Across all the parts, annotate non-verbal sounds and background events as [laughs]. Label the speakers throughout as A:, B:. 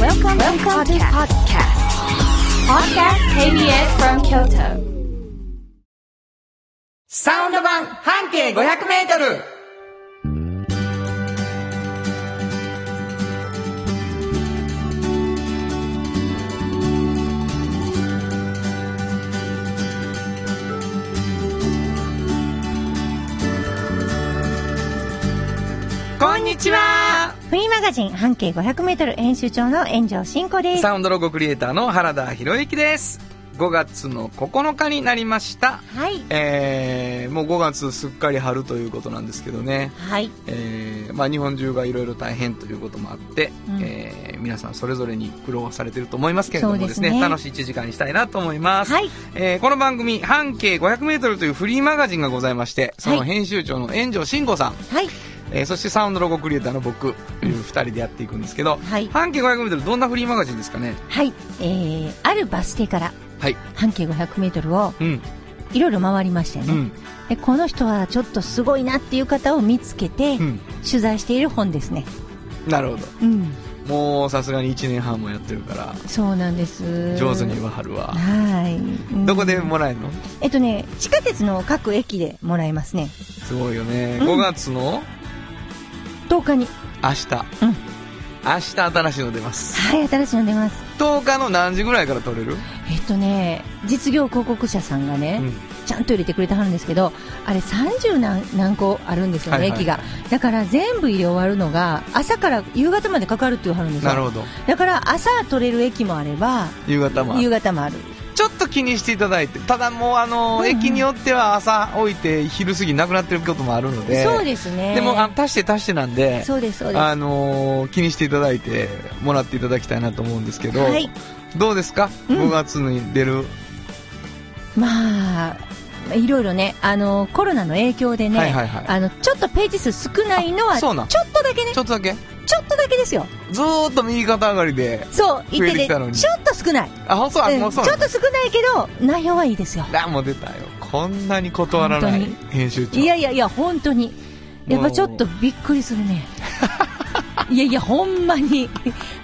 A: Welcome, Welcome to the podcast. Podcast KBS from Kyoto.
B: サウンド版半径500メートルこんにちは
C: フリーマガジン半径500メートル編集長の炎上真子です。
B: サウンドロゴクリエイターの原田博之です5月の9日になりました
C: はい。
B: えー、もう5月すっかり春ということなんですけどね
C: はい。
B: えーまあ、日本中がいろいろ大変ということもあって、
C: うん
B: えー皆さんそれぞれに苦労はされてると思いますけれども
C: そう
B: で
C: ですす
B: ね
C: ね
B: 楽しい1時間にしたいなと思います、
C: はい。
B: えーこの番組「半径 500m」というフリーマガジンがございましてその
C: はい
B: 編集長の炎上慎吾さん、
C: はい。
B: えーそしてサウンドロゴクリエイターの僕という2人でやっていくんですけど、
C: はい
B: 半径 500m どんなフリーマガジンですかね
C: はい。えー、あるバス停から
B: はい
C: 半径500メートルを
B: うん
C: いろいろ回りましたよ
B: う
C: ね、
B: ん
C: で。この人はちょっとすごいなっていう方を見つけて、
B: うん
C: 取材している本ですね。
B: なるほど
C: うん。
B: もうさすがに1年半もやってるから
C: そうなんです。
B: 上手にはるわ
C: はい、うん
B: どこでもらえるの
C: えっとね、地下鉄の各駅でもらえますね。
B: すごいよね
C: うん
B: 5月の
C: 10日に。
B: 明日、
C: うん
B: 明日新しいの出ます
C: はい、新しいの出ます。
B: 10日の何時ぐらいから撮れる、
C: えっとね、実業広告社さんがね、ちゃんと入れてくれたはるんですけど、あれ30何何個あるんですよね、
B: はいはい
C: 駅が。だから全部入れ終わるのが、朝から夕方までかかるっていうはるんですよ。
B: なるほど
C: だから朝取れる駅もあれば、
B: 夕方まで
C: 夕方もある。
B: ちょっと気にしていただいてただもうあの、
C: うんうん
B: 駅によっては朝置いて昼過ぎなくなってることもあるので
C: そうですね。
B: でもあ足して足してなんで
C: そうです、そうです。
B: あ
C: は
B: のー気にしていただいてもらっていただきたいなと思うんですけど、
C: い。
B: どうですか、
C: うん
B: 5月に出る、
C: まあ、いろいろね、あの、コロナの影響でね、
B: はいはいはい
C: あの、ちょっとページ数少ないのは、
B: あ
C: ち
B: そ
C: ょ
B: うなん
C: っとだけね、
B: ちょっとだけ
C: ちょっとだけですよ。
B: ずーっと右肩上がりで
C: そう、
B: 増
C: 言
B: え
C: っててて、
B: き
C: ち
B: た
C: ょ
B: の
C: っ
B: に
C: と少ない。
B: あそうあ、も
C: う、
B: うん
C: ち
B: そ
C: ょ
B: う
C: っ
B: なんだ
C: と少ないけど、内容はいいですよ。
B: あもう出たよこんなに断らない
C: 本
B: 編集長
C: いやいやいや、本当に。やっぱちょっとびっくりするね。いやいや、ほんまに。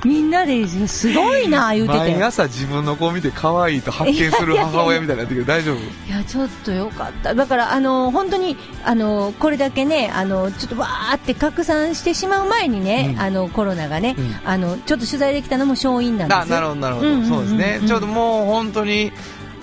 C: みんなで、すごいな、言うてて。い
B: 毎朝自分の子を見て可愛いと発見する母親みたいになってるけど大丈夫
C: や、ちょっとよかった。だから、あの、本当に、あの、これだけね、あの、ちょっとわーって拡散してしまう前にね、
B: うん
C: あの、コロナがね、
B: うん
C: あの、ちょっと取材できたのも勝因なんです
B: あなるほどなるほ
C: うんうん
B: ど
C: うん
B: そうですね
C: うん
B: ちょっともう本当に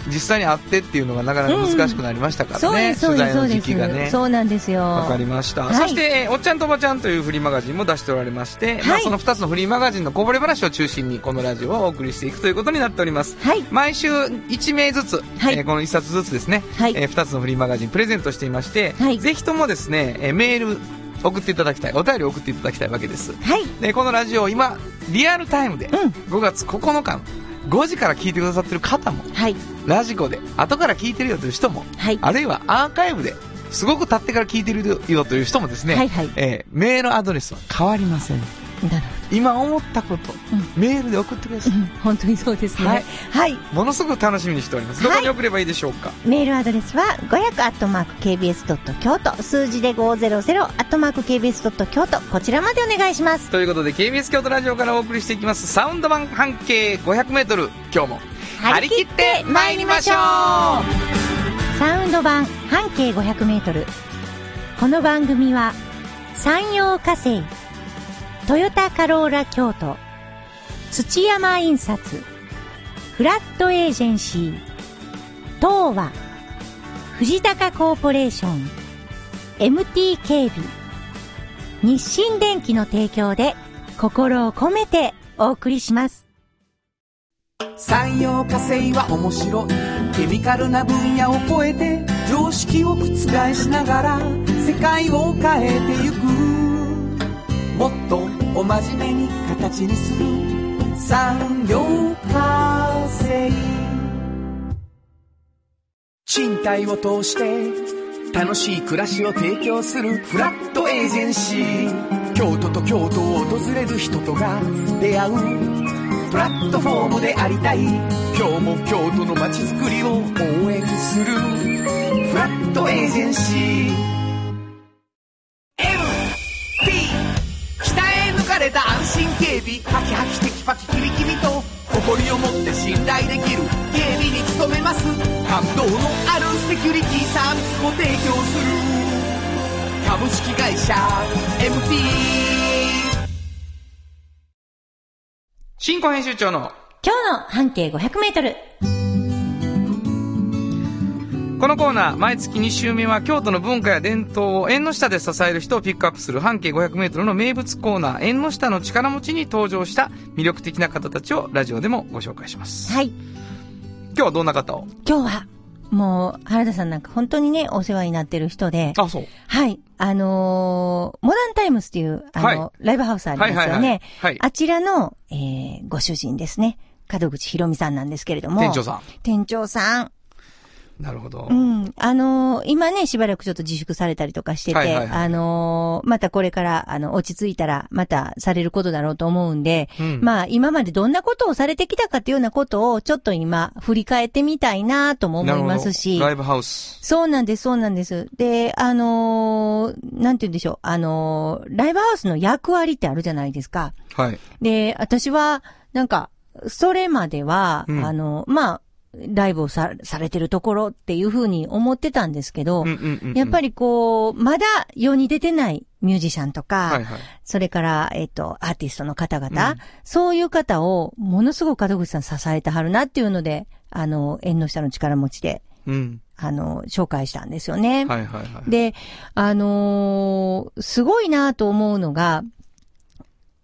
B: 実際に会ってっていうのがなかなか難しくなりましたから
C: そうで
B: ね
C: す、そ
B: 取
C: うで
B: 材
C: す、そ
B: の
C: う
B: 時
C: で
B: 期がね
C: す。そうなんですよ。
B: わかりました、
C: はい
B: そして、えーおっちゃんとおばちゃんというフリーマガジンも出しておられまして、まあ、
C: はい
B: その2つのフリーマガジンのこぼれ話を中心にこのラジオをお送りしていくということになっております
C: はい。
B: 毎週1名ずつ、
C: はい
B: えーこの1冊ずつですね、
C: はい
B: え2つのフリーマガジンプレゼントしていまして、
C: はい
B: ぜひともですね、えーメール送っていただきたいお便りを送っていただきたいわけです
C: はい。
B: でこのラジオを今リアルタイムで
C: うん
B: 5月9日の5時から聞いてくださってる方も
C: はい。
B: ラジコで後から聞いてるよという人も
C: はい。
B: あるいはアーカイブですごく経ってから聞いてるよという人もですね、
C: はいはい
B: えーメールアドレスは変わりません
C: なる
B: 今思ったこと、
C: う
B: メールで送ってくだ
C: ほ
B: さ
C: ど
B: い、
C: うん。本当にそうですね。
B: はい
C: はい
B: ものすごく楽しみにしておりますどこに送ればいいでしょうか、
C: メールアドレスは500アットマーク KBS ドット京都数字で500アットマーク KBS ドット京都こちらまでお願いします。
B: ということで KBS 京都ラジオからお送りしていきますサウンド版半径 500m 今日も張り切って参りましょう
C: サウンド版半径500メートル。この番組は山陽火星、トヨタカローラ京都、土山印刷、フラットエージェンシー、東和、藤高コーポレーション、MT 警備、日清電機の提供で心を込めてお送りします。
D: 産業化成は面白いケミカルな分野を超えて常識を覆しながら世界を変えてゆくもっとお真面目に形にする産業化成賃貸を通して楽しい暮らしを提供するフラットエージェンシー京都と京都を訪れる人とが出会うプラットフォームでありたい今日も京都の街づくりを応援するフラットエージェンシー MT 鍛え抜かれた安心警備ハキハキテキパキキビキビ
E: 誇りを持って信頼できる警備に努めます感動のあるセキュリティサービスを提供する株式会社 MT
B: 新庫編集長の
C: 今日の半径500メートル。
B: このコーナー、毎月2週目は京都の文化や伝統を縁の下で支える人をピックアップする半径500メートルの名物コーナー、縁の下の力持ちに登場した魅力的な方たちをラジオでもご紹介します。
C: はい。
B: 今日はどんな方を
C: 今日は、もう、原田さんなんか本当にね、お世話になってる人で、
B: あ、そう。
C: はい。あのーモダンタイムスっていう、あの、
B: はい
C: ライブハウスありますよね。
B: はいはいはいはい
C: あちらの、えー、ご主人ですね。門口博美さんなんですけれども。
B: 店長さ
C: ん。店長さん。
B: ん。なるほど。
C: うん。あのー今ね、しばらくちょっと自粛されたりとかしてて、
B: はいはいはい
C: あのーまたこれから、あの、落ち着いたら、またされることだろうと思うんで、
B: うん
C: まあ、今までどんなことをされてきたかっていうようなことを、ちょっと今、振り返ってみたいなとも思いますし。
B: なるほどライブハウス。
C: そうなんです、そうなんです。で、あのーなんて言うんでしょう、あのーライブハウスの役割ってあるじゃないですか。
B: はい。
C: で、私は、なんか、それまでは、
B: うん
C: あのーまあ、ライブをさ、されてるところっていうふうに思ってたんですけど、
B: うんうんうんうん
C: やっぱりこう、まだ世に出てないミュージシャンとか、
B: はいはい。
C: それから、えっ、と、アーティストの方々、
B: うん
C: そういう方を、ものすごく門口さん支えてはるなっていうので、あの、縁の下の力持ちで、
B: うん。
C: あの、紹介したんですよね。
B: はいはいはい。
C: で、あのーすごいなと思うのが、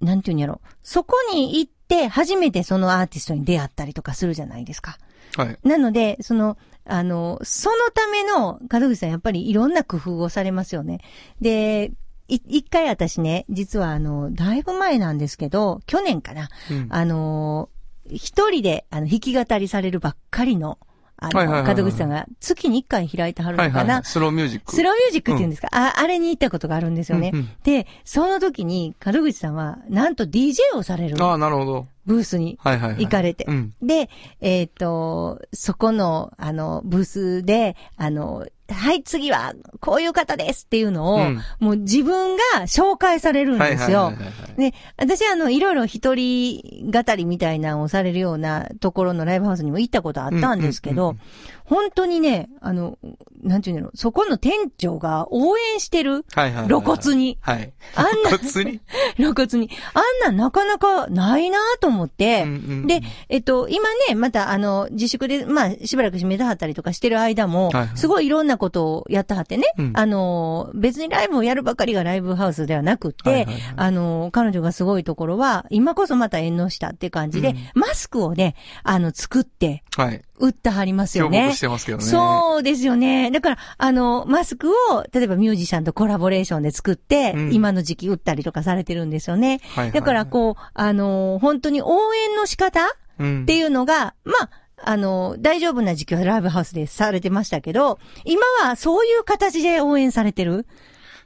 C: なんていうんやろ。そこに行って初めてそのアーティストに出会ったりとかするじゃないですか。
B: はい。
C: なので、その、あの、そのための、門口さんやっぱりいろんな工夫をされますよね。で、い一回私ね、実はあの、だいぶ前なんですけど、去年かな、
B: うん
C: あのー、一人で、あの、弾き語りされるばっかりの、あの、
B: はいはいはいはい
C: 門口さんが月に一回開いてはるの
B: は
C: か
B: い
C: な、
B: はいはい。スローミュージック。
C: スローミュージックっていうんですか、ああれに行ったことがあるんですよね。
B: うんうん
C: で、その時に、門口さんは、なんと DJ をされる
B: ああ、なるほど。
C: ブースに
B: はいはいはい。
C: 行かれて。
B: うん。
C: で、えっ、と、そこの、あの、ブースで、あの、はい、次は、こういう方ですっていうのを、
B: うん
C: もう自分が紹介されるん
B: は
C: で
B: いは
C: す
B: い
C: よ
B: はい。はい。
C: で、私あの、いろいろ一人語りみたいなのをされるようなところのライブハウスにも行ったことあったんですけど、
B: うん
C: 本当にね、あの、なんていうんだろう、そこの店長が応援してる
B: はいはいはいはい。
C: 露骨に
B: はい。
C: あんな
B: 露骨に。
C: 露骨に、あんなんなかなかないなと思って、
B: うんうんうん
C: で、えっと、今ね、またあの、自粛で、まあ、しばらく閉めてはったりとかしてる間も、
B: はいはい
C: すごいいろんなことをやってはってね、
B: うん
C: あの、別にライブをやるばかりがライブハウスではなくて、
B: はいはいはい
C: あの、彼女がすごいところは、今こそまた縁の下って感じで、
B: うん
C: マスクをね、あの、作って、
B: はい。
C: 売ってはりますよ
B: 強
C: ね。
B: 国してますけどね。
C: そうですよね。だから、あの、マスクを、例えばミュージシャンとコラボレーションで作って、
B: うん
C: 今の時期売ったりとかされてるんですよね。
B: はいはい
C: だから、こう、あの、本当に応援の仕方っ
B: うん。
C: ていうのが、まあ、あの、大丈夫な時期はライブハウスでされてましたけど、今はそういう形で応援されてる。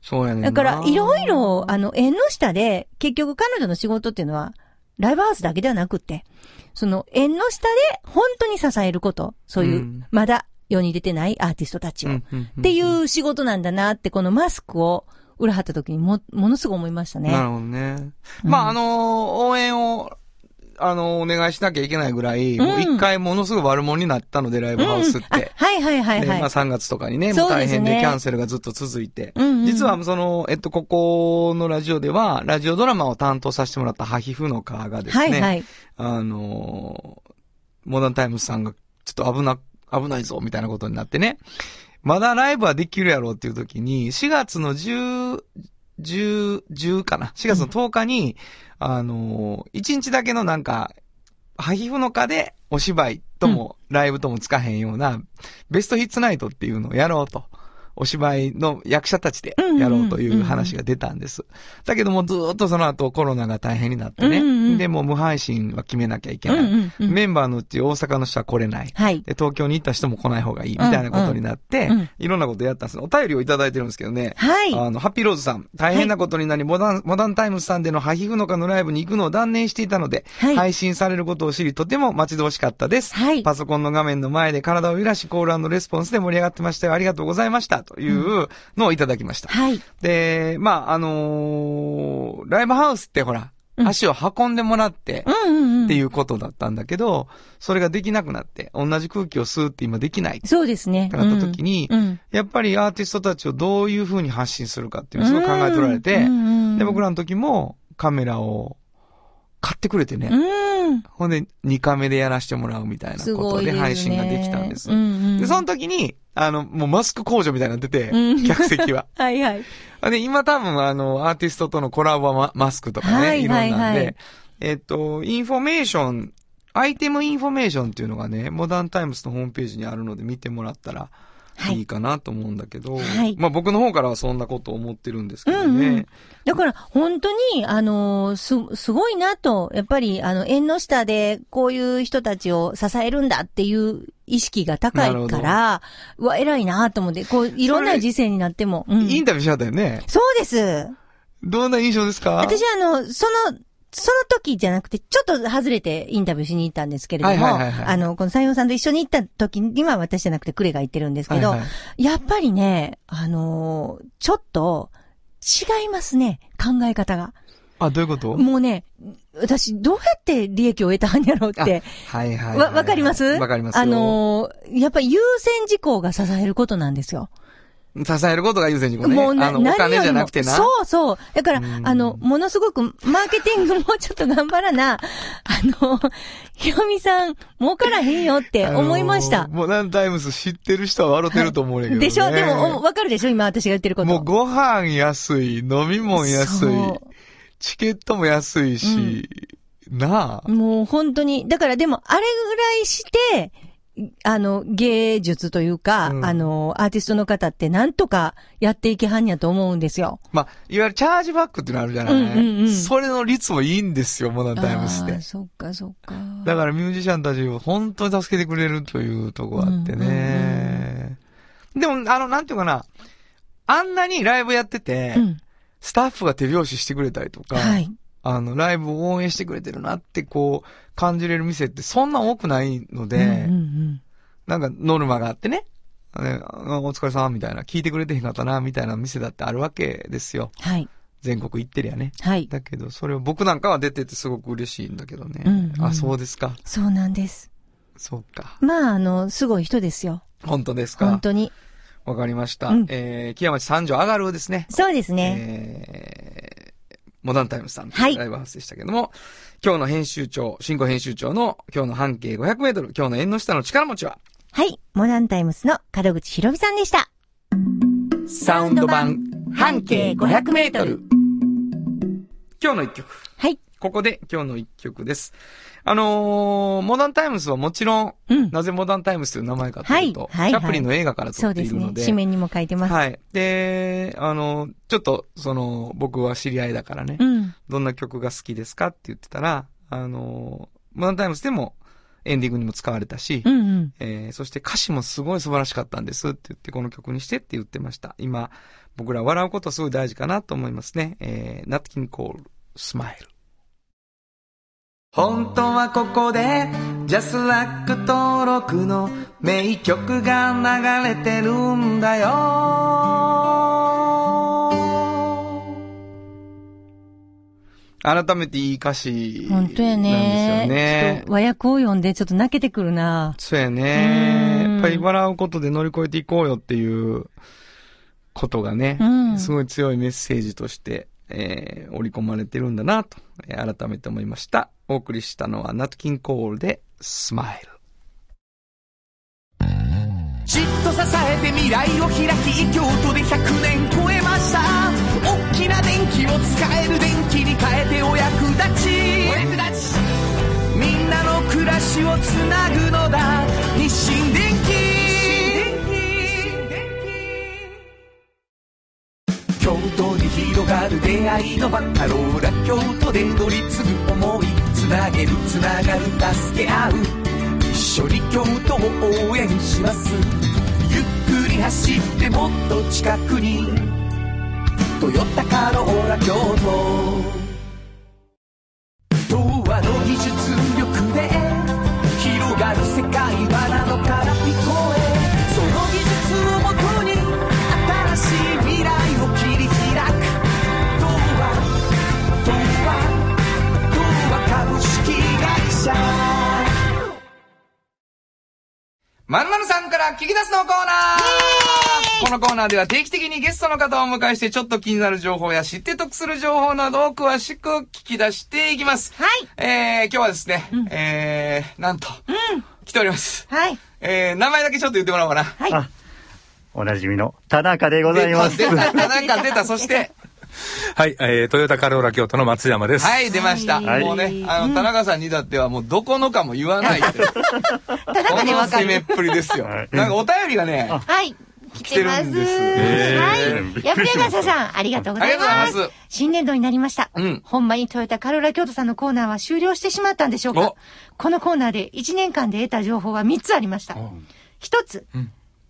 B: そうやねんな
C: だから、いろいろ、あの、縁の下で、結局彼女の仕事っていうのは、ライブハウスだけではなくって、その、縁の下で、本当に支えること、そういう、
B: うん
C: まだ世に出てないアーティストたちを、
B: うんうんうん
C: っていう仕事なんだなって、このマスクを、裏張った時にも、ものすごい思いましたね。
B: なるほどね。まあ、あのー応援を、あのーお願いしなきゃいけないぐらい、もう一回ものすごい悪者になったので、ライブハウス
C: う
B: って。
C: んあはいはいはい
B: で、
C: はい。
B: まあ3月とかにね、も
C: そううで
B: 大
C: すね
B: 変でキャンセルがずっと続いて。
C: うんうん
B: 実はその、えっと、ここのラジオでは、ラジオドラマを担当させてもらったハヒフの川がです
C: は
B: ね、
C: いはい。
B: あのーモダンタイムズさんがちょっと危な、危ないぞみたいなことになってね、まだライブはできるやろうっていう時に、4月の10、10、10かな ?4 月の10日に、あのー、1日だけのなんか、ハヒフの課でお芝居とも、ライブともつかへんような、ベストヒッツナイトっていうのをやろうと。お芝居の役者たちでやろうという話が出たんです。だけどもうずーっとその後コロナが大変になってね。
C: うんうんうん
B: で、もう無配信は決めなきゃいけ
C: う
B: ない。
C: んうんうん。
B: メンバーのうち大阪の人は来れない。
C: はい。
B: で、東京に行った人も来ない方がいい、みたいなことになって、
C: うんうん
B: いろんなことやったんです。お便りをいただいてるんですけどね。
C: はい。
B: あの、ハッピーローズさん、大変なことになり、モダン、モダンタイムズさんでのハヒフノカのライブに行くのを断念していたので、
C: はい
B: 配信されることを知り、とても待ち遠しかったです。
C: はい
B: パソコンの画面の前で体を揺らし、コールレスポンスで盛り上がってましたよ。ありがとうございました。というのをいただきました。
C: はい。
B: で、まあ、あのーライブハウスってほら、
C: うん
B: 足を運んでもらって、
C: うんうんうん。
B: っていうことだったんだけど、それができなくなって、同じ空気を吸うって今できないっ
C: そうですね。
B: てなった時に、
C: うん、うん。
B: やっぱりアーティストたちをどういう風に発信するかっていうのをすごい考えておられて、で、僕
C: ら、
B: らの時もカメラを買ってくれてね、
C: うん。
B: ほんで2カメでやらしてもらうみたいな
C: す
B: こ
C: ご
B: と
C: い
B: です
C: ね
B: 配信ができたんです。
C: うんうん、
B: で、その時に、あの、もうマスク工場みたいになってて、
C: うん
B: 客席は。
C: はいはい。
B: で、今多分あの、アーティストとのコラボはママスクとかね、、
C: はいい
B: ろんなんで、
C: はいはい
B: えっと、インフォメーション、アイテムインフォメーションっていうのがね、モダンタイムズのホームページにあるので見てもらったら
C: はいい
B: いかなと思うんだけど、
C: はい
B: まあ僕の方からはそんなことを思ってるんですけ
C: う
B: ど
C: んうん
B: ね。
C: だから、本当に、あのーす、すごいなと、やっぱり、あの、縁の下で、こういう人たちを支えるんだっていう意識が高
B: なるほ
C: い
B: ど
C: から、うわ、偉いなと思って、こう、いろんな時世になっても。うん
B: インタビューしちゃったよね。
C: そうです。
B: どんな印象ですか
C: 私、あの、その、その時じゃなくて、ちょっと外れてインタビューしに行ったんですけれども、
B: はいはいはいはい
C: あの、この西洋さんと一緒に行った時に、今は私じゃなくてクレが行ってるんですけど、
B: はいはい
C: やっぱりね、あのーちょっと、違いますね、考え方が。
B: あ、どういうこと
C: もうね、私、どうやって利益を得たんやろうって、
B: はいはいはい、
C: わ、わかります
B: わかりますよ。
C: あのーやっぱり優先事項が支えることなんですよ。
B: 支えることが優先事項ね。
C: もうな
B: あの、お金じゃなくてな。
C: そうそう。だから
B: う、ん
C: あの、ものすごく、マーケティングもちょっと頑張らな、あ [laughs] の、ひろみさん、儲からへんよって思いまし
B: あ
C: た
B: のー。モダンタイムズ知ってる人は笑ってると思うねんけど、ね
C: でしょでも、おわかるでしょ今私が言ってること。
B: もうご飯安い、飲み物安い、
C: そ
B: チケットも安いし、な
C: うもう本当に。だからでも、あれぐらいして、あの、芸術というか、
B: うん
C: あの、アーティストの方ってなんとかやっていけはんやと思うんですよ
B: あ。。まあ、いわゆるチャージバックってのあるじゃない、
C: うんうんうん
B: それの率もいいんですよ、モダンタイムズっ
C: あー
B: て。
C: そっかそっか。
B: だからミュージシャンたちを本当に助けてくれるというとこあってね。でも、あの、なんていうかな、あんなにライブやってて、
C: うん。
B: スタッフが手拍子してくれたりとか、
C: はい。
B: あの、ライブを応援してくれてるなってこう、感じれる店ってそんな多くないので、
C: うんうん
B: なんかノルマがあってね、ねあお疲れ様みたいな、聞いてくれてへんかったな、みたいな店だってあるわけですよ。
C: うんはい。
B: 全国行ってりゃね。
C: はい。
B: だけど、それを僕なんかは出ててすごく嬉しいんだけどね。
C: うんうん
B: あ、そうですか。
C: そうなんです。
B: そうか。
C: まあ、あの、すごい人ですよ。
B: 本当です
C: 本
B: か。
C: 当に。
B: わかりました。
C: うん
B: えー、木山町三条上がるですね。
C: そうですね。
B: えーモダンタイムズさんと
C: はいいう
B: ライブハウスでしたけども、今日の編集長、新語編集長の今日の半径500メートル、今日の縁の下の力持ちは、
C: はい。モダンタイムスの門口博美さんでした。
B: サ
C: ウンド版半径500メートル。
B: 今日の一曲。
C: はい。
B: ここで今日の一曲です。あのー、モダンタイムズはもちろん、
C: うん。
B: なぜモダンタイムズという名前かというと、
C: はいはいはい
B: チャップリンの映画から撮
C: そう
B: って
C: で
B: い
C: す
B: る
C: ね
B: の。で、
C: 紙面にも書いてます。
B: はい。で、あのー、ちょっと、その、僕は知り合いだからね、
C: うん。
B: どんな曲が好きですかって言ってたら、あのー、モダンタイムズでもエンディングにも使われたし、
C: うんうん。
B: えーそして歌詞もすごい素晴らしかったんですって言って、この曲にしてって言ってました。今、僕ら笑うことすごい大事かなと思いますね。えー、ナッキンコール、スマイル。本当はここで、ジャスラック登録の名曲が流れてるんだよ。改めていい歌詞なん
C: 本
B: です
C: 当や
B: よ
C: ね。
B: ね
C: ちょっ。と和訳を読んで、ちょっと泣けてくるな。
B: そうやね。
C: うん
B: やっぱり笑うことで乗り越えていこうよっていうことがね、
C: うん
B: すごい強いメッセージとして、えー織り込まれてるんだなと、えー改めて思いました。お送りしたのはナトキンコールで、スマイル。
F: じっと支えて未来を開き京都で100年超えました大きな電気を使える電気に変えてお役立ちお役立ちみんなの暮らしをつなぐのだ日清電気京都に広がる出会いのバカローラ京都で乗り継ぐ思いつなげるつながる助け合う一緒に京都を応援しますゆっくり走ってもっと近くに「トヨタカローラ京都」童話の技術力で広がる世界はなのから聞こえその技術をもとに新しい未来を切り開く童話童話
B: まるまるさんから聞き出すのコーナーこのコーナーでは定期的にゲストの方をお迎えして、ちょっと気になる情報や知って得する情報などを詳しく聞き出していきます。
C: はい。
B: えー、今日はですね、えー、なんと、来ております。
C: はい。
B: えー、名前だけちょっと言ってもらおうかな。
C: はい。
G: あ、おなじみの田中でございます。
B: 出た、出た、なんか出た、そして、
H: はい、えー、トヨタカローラ京都の松山です。
B: はい、出ました。
C: はい
B: もうね、あの、田中さんにだってはもうどこのかも言わないって。こ
C: 田中で
B: の
C: わか
B: 攻め
C: る
B: っ。ぷりですよ。
G: はい
B: なんかお便りがね、
C: はい。来てます。
B: 来てるんです
G: へー
C: はい。やっぱりマサさん、ありがとうございます。
B: ありがとうございます
C: 新年度になりました。
B: うん
C: ほんまにトヨタカローラ京都さんのコーナーは終了してしまったんでしょうか
B: お
C: このコーナーで1年間で得た情報は3つありました。1つ、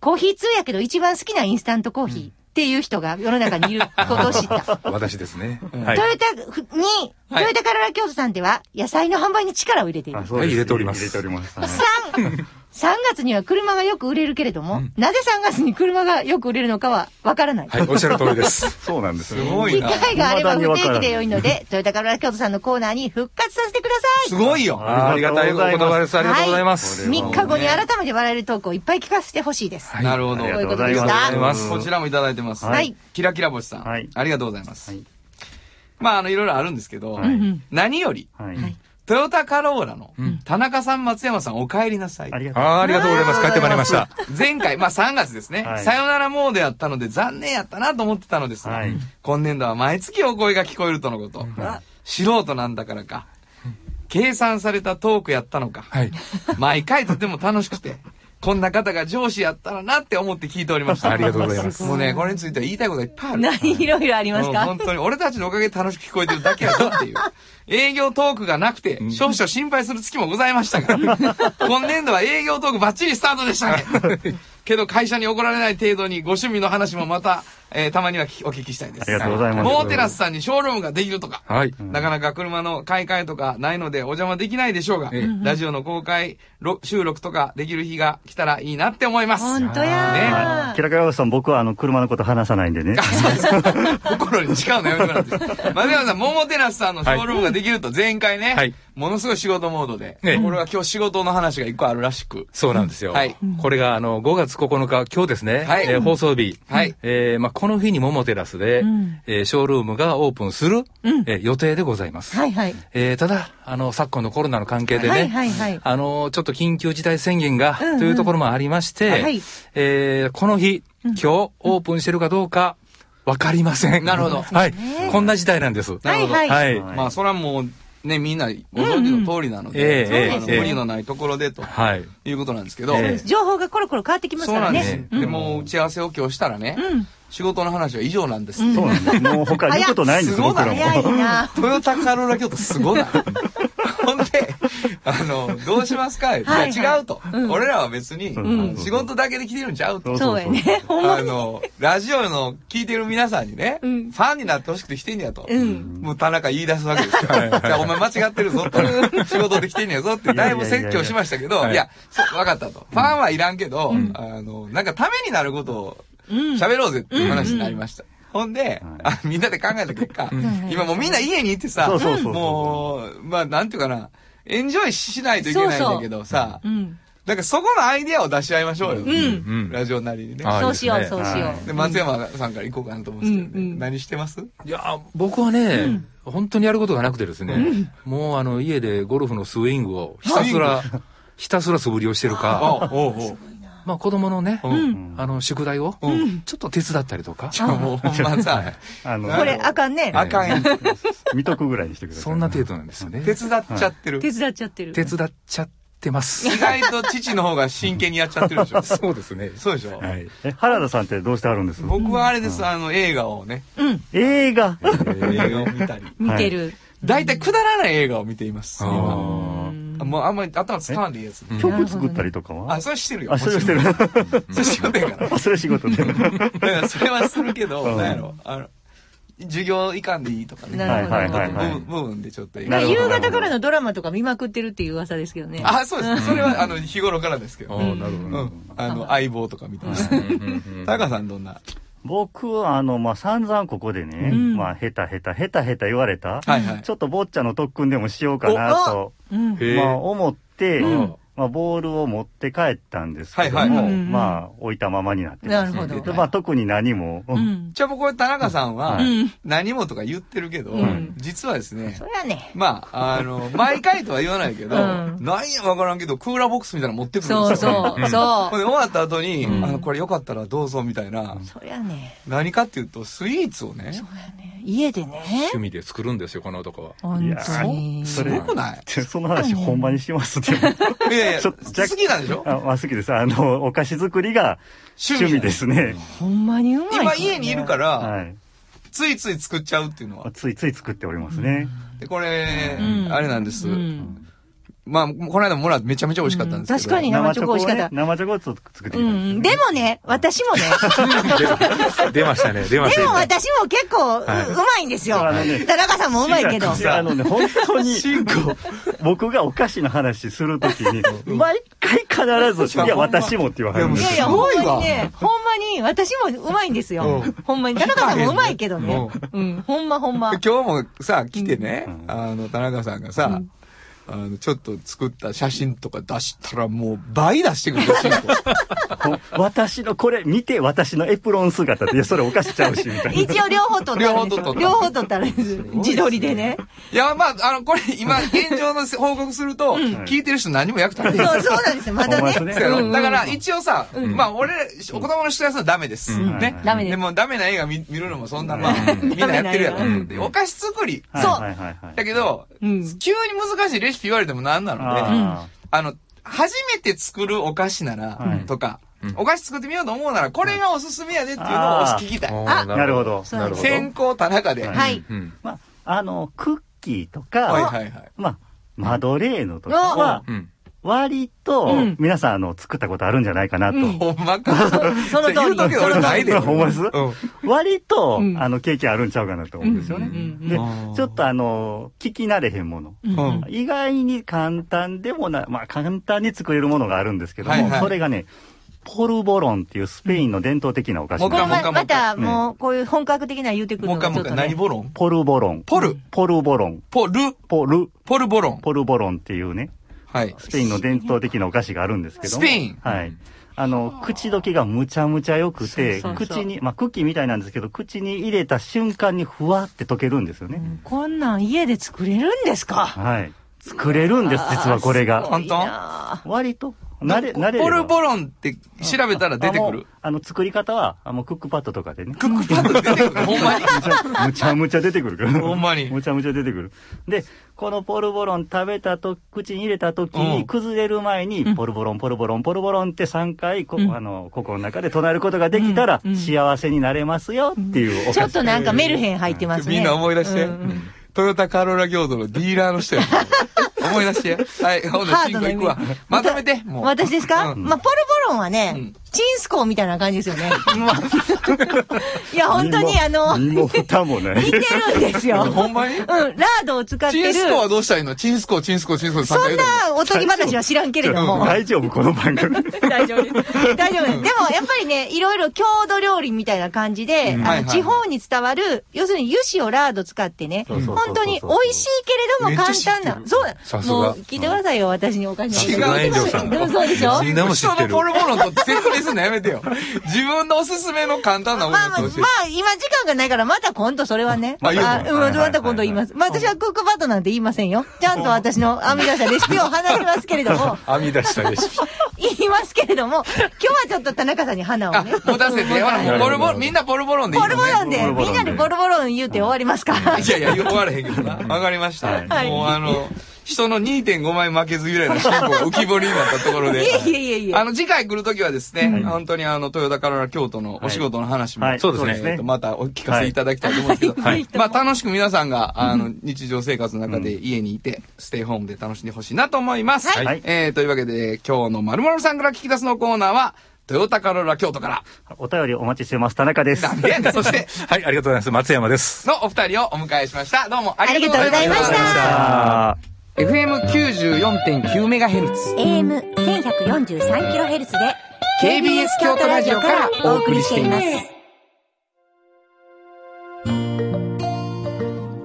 C: コーヒー通やけど一番好きなインスタントコーヒーっていう人が世の中にいることを
B: [laughs]
C: 知った。
H: 私ですね。は
C: ト
H: い。
C: ヨタに、
B: はい
C: トヨタカローラ京都さんでは野菜の販売に力を入れている
G: あ、。そうです
H: はい入れております
G: 入れております。はい
C: 3、3月には車がよく売れるけれども、なぜ3月に車がよく売れるのかはわからない。
H: はい、おっしゃる通りです。
G: そうなんですよ。
B: すごい
C: 機
B: な。
C: 会があれば不定期で良いので、トヨタカローラ京都さんのコーナーに復活させてくだ
B: す
C: さい。
B: ごいよ。
H: [laughs] あーありがたいお言葉です。ありがとうございます。
G: は
C: 3日後に改めて笑えるトークをいっぱい聞かせてほしいです。
H: はい
B: なるほど。
G: あり
B: こ
G: がとうございます。
C: あり
H: がとうございます
G: こ
B: ち
G: ちら
B: らもいただいてます。
C: はい。
B: キラキラ星さん。
G: はい
B: ありがとうございます。
G: はい
B: まあ、あの、いろいろあるんですけど、
G: は
C: う
G: い
C: ん
B: 何より、
G: はい
C: はい
B: トヨタカローラの、田中さん、松山さん、お帰りなさい。
G: ありがとうございます。
H: あーありがとうございます。帰ってまいりました。
B: 前回、まあ3月ですね。
G: はい
B: さよならモードやったので残念やったなと思ってたのですが、
G: はい
B: 今年度は毎月お声が聞こえるとのこと。素人なんだからか、計算されたトークやったのか、
H: はい。
B: 毎回とても楽しくて、こんな方が上司やったらなって思って聞いておりました。
H: ありがとうございます。
B: もうね、これについては言いたいことがいっぱいある。
C: 何いろいろあります
B: うん
C: か
B: 本当に、俺たちのおかげで楽しく聞こえてるだけやぞっていう。営業トークがなくて、少々心配する月もございましたが、今年度は営業トークバッチリスタートでしたね。けど会社に怒られない程度にご趣味の話もまた、えーたまにはきお聞きしたいです。
G: ありがとうございます
B: モーテラスさんにショールームができるとか、
H: はい。
B: なかなか車の買い替えとかないのでお邪魔できないでしょうが、
H: ええ
B: ラジオの公開ろ収録とかできる日が来たらいいなって思います。
C: 本当
G: はい
C: や
G: キラキラ星さん、僕はあの、車のこと話さないんで
B: [laughs]
G: ね。
B: あ、そうですか。心に誓う [laughs] のやめてもらっていいですか。松山さん、桃テラスさんのショールームができると前回ね、
H: はい
B: ものすごい仕事モードで、
H: ええ
B: 俺は今日仕事の話が一個あるらしく、
H: そうなんですよ。
B: はい
H: これが、あの、5月9日、今日ですね。
B: はい
H: えー放送日。
B: はい
H: えーまあ、この日に桃テラスで、えーショールームがオープンする、えー予定でございます。
C: はいはい。
H: えーただ、あの、昨今のコロナの関係でね、
C: はいはいはい
H: あの、ちょっと緊急事態宣言が、
C: うんうん
H: というところもありまして、
C: はい
H: えーこの日、今日オープンしてるかどうか、わかりません。
B: なるほど
H: [laughs] はい。こんな事態なんです。
B: な
C: は
B: る
C: い
B: ほど
C: はい。
H: はい。
G: はい
B: まあそれはもうね、みんなご存知の通りなので、
H: うんうんええ
B: あの
H: ええ
B: 無理のないところでと
H: はい。
B: いうことなんですけど、
H: え
C: 情報がコロコロ変わってきます
B: そう
C: か
B: な
C: ら
B: んで
C: ね。
B: す。でもう打ち合わせを今日したらね、仕事の話は以上なんですって。
G: そうなんです。もう他言うことないんです、
B: 早っ
G: 僕らも。
C: 早いな。
B: トヨタカローラ京都すごいな。 [laughs] ほんで、あの、どうしますか、いや
C: はい
B: 違うと、俺らは別に、
G: ん
B: 仕事だけで来てるんちゃうと。
G: そ
C: そう
G: う
C: や
B: [laughs]
C: ね。ほんま
B: あ
C: に。
B: の、ラジオの聞いてる皆さんにね、
C: ん
B: ファンになってほしくて来てんねやと。
C: うん。
B: もう田中言い出すわけですよ。じゃあお前間違ってるぞ [laughs] と。仕事で来てんねやぞって、だいぶ説教しましたけど、い
H: いや
B: や
H: いやいやいや
B: そう、わかったと。ファンはいらんけど、あの、なんかためになることを喋ろうぜっていう話になりました。ほんで、あみんなで考えた結果、今もうみんな家にいてさ、
G: そうそうそうそう
B: もう、まあなんていうかな、エンジョイしないといけないんだけどさ、
C: うん。
B: なんかそこのアイデアを出し合いましょうよ。
H: ん
B: ラジオなりにね。
H: あ
C: そうしよ、
H: いういです
C: そ
H: ね
C: うしよ
G: は
C: う。
B: で、松山さんから行こうかなと思うんですけどね、
C: うんうん
B: 何してます
H: いや、僕はね、本当にやることがなくてですね、もうあの、家でゴルフのスイングをひたすら、ひたすら素振りをしてるか、
B: あ、おう [laughs] おう。
H: まあ子供のね、
G: ん
H: あの、宿題を、ちょっと手伝ったりとか、
B: じゃあもうほんまさ、
G: [laughs] あの、
C: これ、あかんね。
B: あかんやん。手
G: 見とくぐらいにしてください。
H: そんな程度なんですよね。
B: 伝っちゃってる。
C: 手伝っちゃってる。
H: 手伝っちゃって
B: [laughs]
H: ます。
B: 意外と父の方が真剣にやっちゃってるでしょ。
H: そうですね。
B: そうでしょ。
H: はい。
G: え、原田さんってどうしてあるんです
B: 僕はあれです、あの、映画をね、
G: 映画。
B: 映画を見たり。
C: 見てる。
B: 大体くだらない映画を見ています、今。
H: あ
B: あもうあんまり頭使わんでいいやつね。
G: 曲作ったりとかは
B: あ、それしてるよ。
G: あ、それをしてる。
B: もちろん。それ仕事やから。
G: [laughs] あ、それ仕事で。
B: だからそれはするけど、
G: うん
B: なんやろ。あの、授業いかんでいいとかね。
C: なるほど
G: はい
B: 部
G: はいはいはい
B: 分でちょっと映
G: な
B: 画
G: るほど
C: 夕方からのドラマとか見まくってるっていう噂ですけどね。
B: あ、そうですね。それは、あの、日頃からですけ
H: あ
B: どね。
H: ー、なるほ
B: う
H: どね。
B: ん。あの、相棒とか見てます。タカさんどんな
G: 僕は、あの、まあ、散々ここでね、
C: ん
G: まあ、ヘタヘタ、ヘタヘタ言われた、
B: はいはい
G: ちょっと坊ちゃんの特訓でもしようかなと、
C: うん。
H: へえ
G: まあ、思って、
H: ん
G: まあ、ボールを持って帰ったんですけども、
B: はい
C: はいうんうん
G: まあ、置いたままになってます、
C: なるほど
G: でまあ、特に何も、
C: うん。
B: じゃあもうこれ田中さんは
C: う
G: う、
C: ん。
B: 何もとか言ってるけど
C: ん、
B: 実はですね
C: そ、りゃね。
B: まあ、あの、毎回とは言わないけど、
C: う
B: なん
C: ん
B: やわからんけど、クーラーボックスみたいなの持ってくるん
C: そ
B: で
C: う
B: すよ。
C: そう、そ
B: ほんで終わった後に、
C: うん
B: あの、これよかったらどうぞみたいな
C: う。、そりゃね。
B: 何かっていうと、スイーツをね、
C: 家でね。
H: 趣味で作るんですよ、この男は。
C: 本当に。
B: す
G: そ
B: ご
G: れ
B: くない
G: でその話、ほんまにします
C: [laughs]
G: でも
B: いやいや、
G: ちょ
B: 好
G: っと若干
B: きなんでしょ
G: あ、まあ、好きです。あの、お菓子作りが趣味ですね。
C: ほんまにうまい、
B: 今家にいるか。ら、
G: はい。
B: ついつい作っちゃうっていうのは。
G: ついつい作っておりますね。
B: で、これ、
C: うん
B: あれなんです
C: う。ん。
B: まあ、この間もらってめちゃめちゃ美味しかったんですけど。
C: うん確かに生チョコ美味しかった
G: ね生チョコを作ってきた
C: うんんうん、でもね、私もね、
H: 出出まし
C: [laughs]
H: たね、出まし
C: でも
H: たね。
C: 私も結構う,、
H: はいう
C: まいんですよ。
G: あのね
C: 田中さんもうま
G: [laughs]
C: いけど。
G: 志らくあのね、本
B: [laughs]
G: 当に、
C: [laughs]
G: 僕がお菓子の話するときに、毎回必ず、いや、私もって言われるんで
C: いやい
G: す
C: や、
G: よ。
C: ほんまにね、ほんまに、私もうまいんですよ
B: うん。
C: ほんまに。田中さんもうまいけどね。うん、ほんまほんま。
B: 今日もさ、来てね、
G: うん
B: あの、田中さんがさ、あの、ちょっと作った写真とか出したらもう倍出してくる
C: [laughs]
B: 写真とか
G: 私のこれ見て、私のエプロン姿って、いや、それお菓子ちゃうし、みたいな。
C: 一応両方取ったらでし
B: 両方取っ
C: ょ。
B: た
C: 両方取ったらです自撮りでね。
B: いや、まあ、あの、これ今、現状の報告すると、聞いてる人何も役立た
C: そう、
B: ない。
C: そうなんですよ。また
G: ほんま
C: ね
G: で
B: そ
G: す。ね
B: うやろ
C: うんうん
B: だから、一応さ、まあ、俺、子供の人やつはダメです。
G: うん
B: ね
G: うん。
C: ダメです
B: でも、ダメな映画見見るのもそん
C: [laughs]
B: な、まあ、
C: ん
B: みんなやってるや
C: ダメ
H: な
B: ろ。
H: 映画
B: でお菓子作り。
G: はい
C: そう
G: はいはいはい
B: だけ、ど、
C: うん。
B: 急に難しいレシピ言われてもなんなので、
G: あ
B: あの、初めて作るお菓子な
G: は
B: ら
G: い、
B: とか
H: うん、
B: お菓子作ってみようと思うなら、これがおすすめやでっていうのを
G: あー
B: 聞きたい。
G: ー
H: あ
G: なるほど。
C: そうなんです
H: なる
B: 先行田中で。は
G: は
B: いい
C: はい。
H: うん。
G: まあ、あの、クッキーと
B: はい
G: か、
B: はい。
G: まあ、マドレーヌとかは、
H: うん。
G: 割と
C: うん、
G: 皆さん、あの、作ったことあるんじゃないかなと。
C: うん
B: ほんまか。
C: その通り。
B: 言うとけど俺ない
G: [laughs]
B: で。
G: ほんまです
B: うん
G: 割と、
C: うん
G: あの、経験あるんちゃうかなと思うんですよね。
C: うん
G: で
B: うんうん、
G: ちょっとあの、聞き慣れへんもの。
B: うん
G: 意外に簡単でもない、まあ簡単に作れるものがあるんですけども、
B: はいはい
G: それがね、ポルボロンっていうスペインの伝統的なお菓
B: も
G: 子
B: う一
C: これ
B: 回
G: が、
B: もう
C: ま
B: 一回
C: またもうこういう本格的な言うてくる
B: もう
C: の
B: 一
C: が
B: 回
C: ちょっ
B: もう一
C: と
B: 回。
C: ね
B: 何ボロン
G: ポルボロン。
B: ポル
G: ポルボロン。
B: ポル、
G: ポル、
B: ポルボロン。
G: ポルボロンっていうね、
B: はい。
G: スペインの伝統的なお菓子があるんですけども。
B: スペイン
G: はい。あの、口どけがむちゃむちゃ良くて、
C: そうそうそう
G: 口に、まあクッキーみたいなんですけど、口に入れた瞬間にふわって溶けるんですよね。
C: こんなん家で作れるんですか
G: はい。作れるんです、実はこれが。
B: 本当
C: あ
G: 割と、慣れ、慣れれば
B: ポルボロンって調べたら出てく
G: あもう
B: る。
G: あの、作り方は、あの、クックパッドとかでね。
B: クックパッド出てく
G: [laughs]
B: る。ほんまに
G: むちゃむちゃ出てくるから。
B: ほんまに
G: むちゃむちゃ出てくる。で、このポルボロン食べたと、口に入れた時
B: う
G: に、
B: ん
G: 崩れる前に、ポルボロン、ポルボロン、ポルボロンって3回、こ、
C: うん
G: あの、ここの中で唱えることができたら
C: うんう、ん
G: 幸せになれますよっていう
C: ー
G: お
C: ちょ
G: 菓
C: っ
G: 子。
C: となんかメルヘン入ってますね。
B: みんな思い出して
C: うんうん。
B: トヨタカローラ業度のディーラーの人や。思い出して。はい、ほんな
C: ハ
B: ら
C: ード
B: 進行
C: な意味
B: 行くわ。まとめて、もう。
C: 私ですか、
B: うん
C: まあ、ポルボロンはね、
B: うん
C: チンスコーみたいな感じですよね。いや、本当にあの、
G: 身も蓋もない。
C: 似てるんですよ。う
B: ほんまに
C: ん、ラードを使って
B: チ
C: る。
B: ンスコ
C: そ
B: はどうしたらいいのチンスコ、チンスコ、チンスコそ
C: んなおとぎ話は知らんけれども。
G: [laughs] 大丈夫この番組。 [laughs]
C: 大丈夫です。大丈夫です。でも、やっぱりね、いろいろ郷土料理みたいな感じで、
B: はいは
C: あ
B: い
C: の、地方に伝わる、要するに油脂をラード使ってね、
G: そうそうそうそう
C: 本当に美味しいけれども簡単な
B: めっちゃ知って、る
C: そう
H: さ
C: だ、
H: すが
C: もう聞いてくださいよ、私にお金
B: 違う
C: で
B: 遠
H: 慮さん
C: もそうでしょ
H: みんなも知っ
B: 人
H: てる
B: のポルボロンと説明するのやめてよ。 [laughs] 自分のおすすめの簡単なも
C: まあまあ、ま
B: のとして。
C: あ、今時間がないから、また今度それはね。
B: まあ言うの
C: あ
G: は
C: う
G: い
C: ん、
G: はい
C: また今度言います。まあ私はクックパッドなんて言いませんよ。ちゃんと私の編み出したレシピを話しますけれども、
H: 編み出したレシピ。
C: 言いますけれども、今日はちょっと田中さんに花をね。
B: あ、持たせ
C: [laughs]
B: て。ほら、もうポルボロン、みんなポルボロンでいい
C: ボ
B: よ、ね。
C: ルボロンで、み
G: ボルボロンで
C: んなでボルボロン言うて終わりますから。
B: いやいや、言われへんけどな。わかりました。
G: はい
B: もうあの、人の2.5枚負けず嫌いの進行が浮き彫りになったところで。
C: いえいえいえいえ
B: あの、次回来るときはですね、本当にあの、豊田から京都のお仕事の話も、
G: はいはい
H: そうですね
B: えーとまたお聞かせいただきたいと思うんですけど、
H: はい
B: まあ、楽しく皆さんが、あの、日常生活の中で家にいて、ステイホームで楽しんでほしいなと思います。
G: はいはい
B: えーというわけで、今日のまるまるさんから聞き出すのコーナーは、豊田カローラ京都から、
G: お便りお待ちしてます。田中です。
B: ダメやねそして、
H: はい、ありがとうございます。松山です。
B: のお二人をお迎えしました。どうもありがとうご
C: あ
B: ざい
C: り
B: ま
C: がとう
B: し。
C: ございました
G: あー
B: FM94.9 メガヘルツ
I: AM1143kHz で
B: KBS 京都ラジオからお送りしています。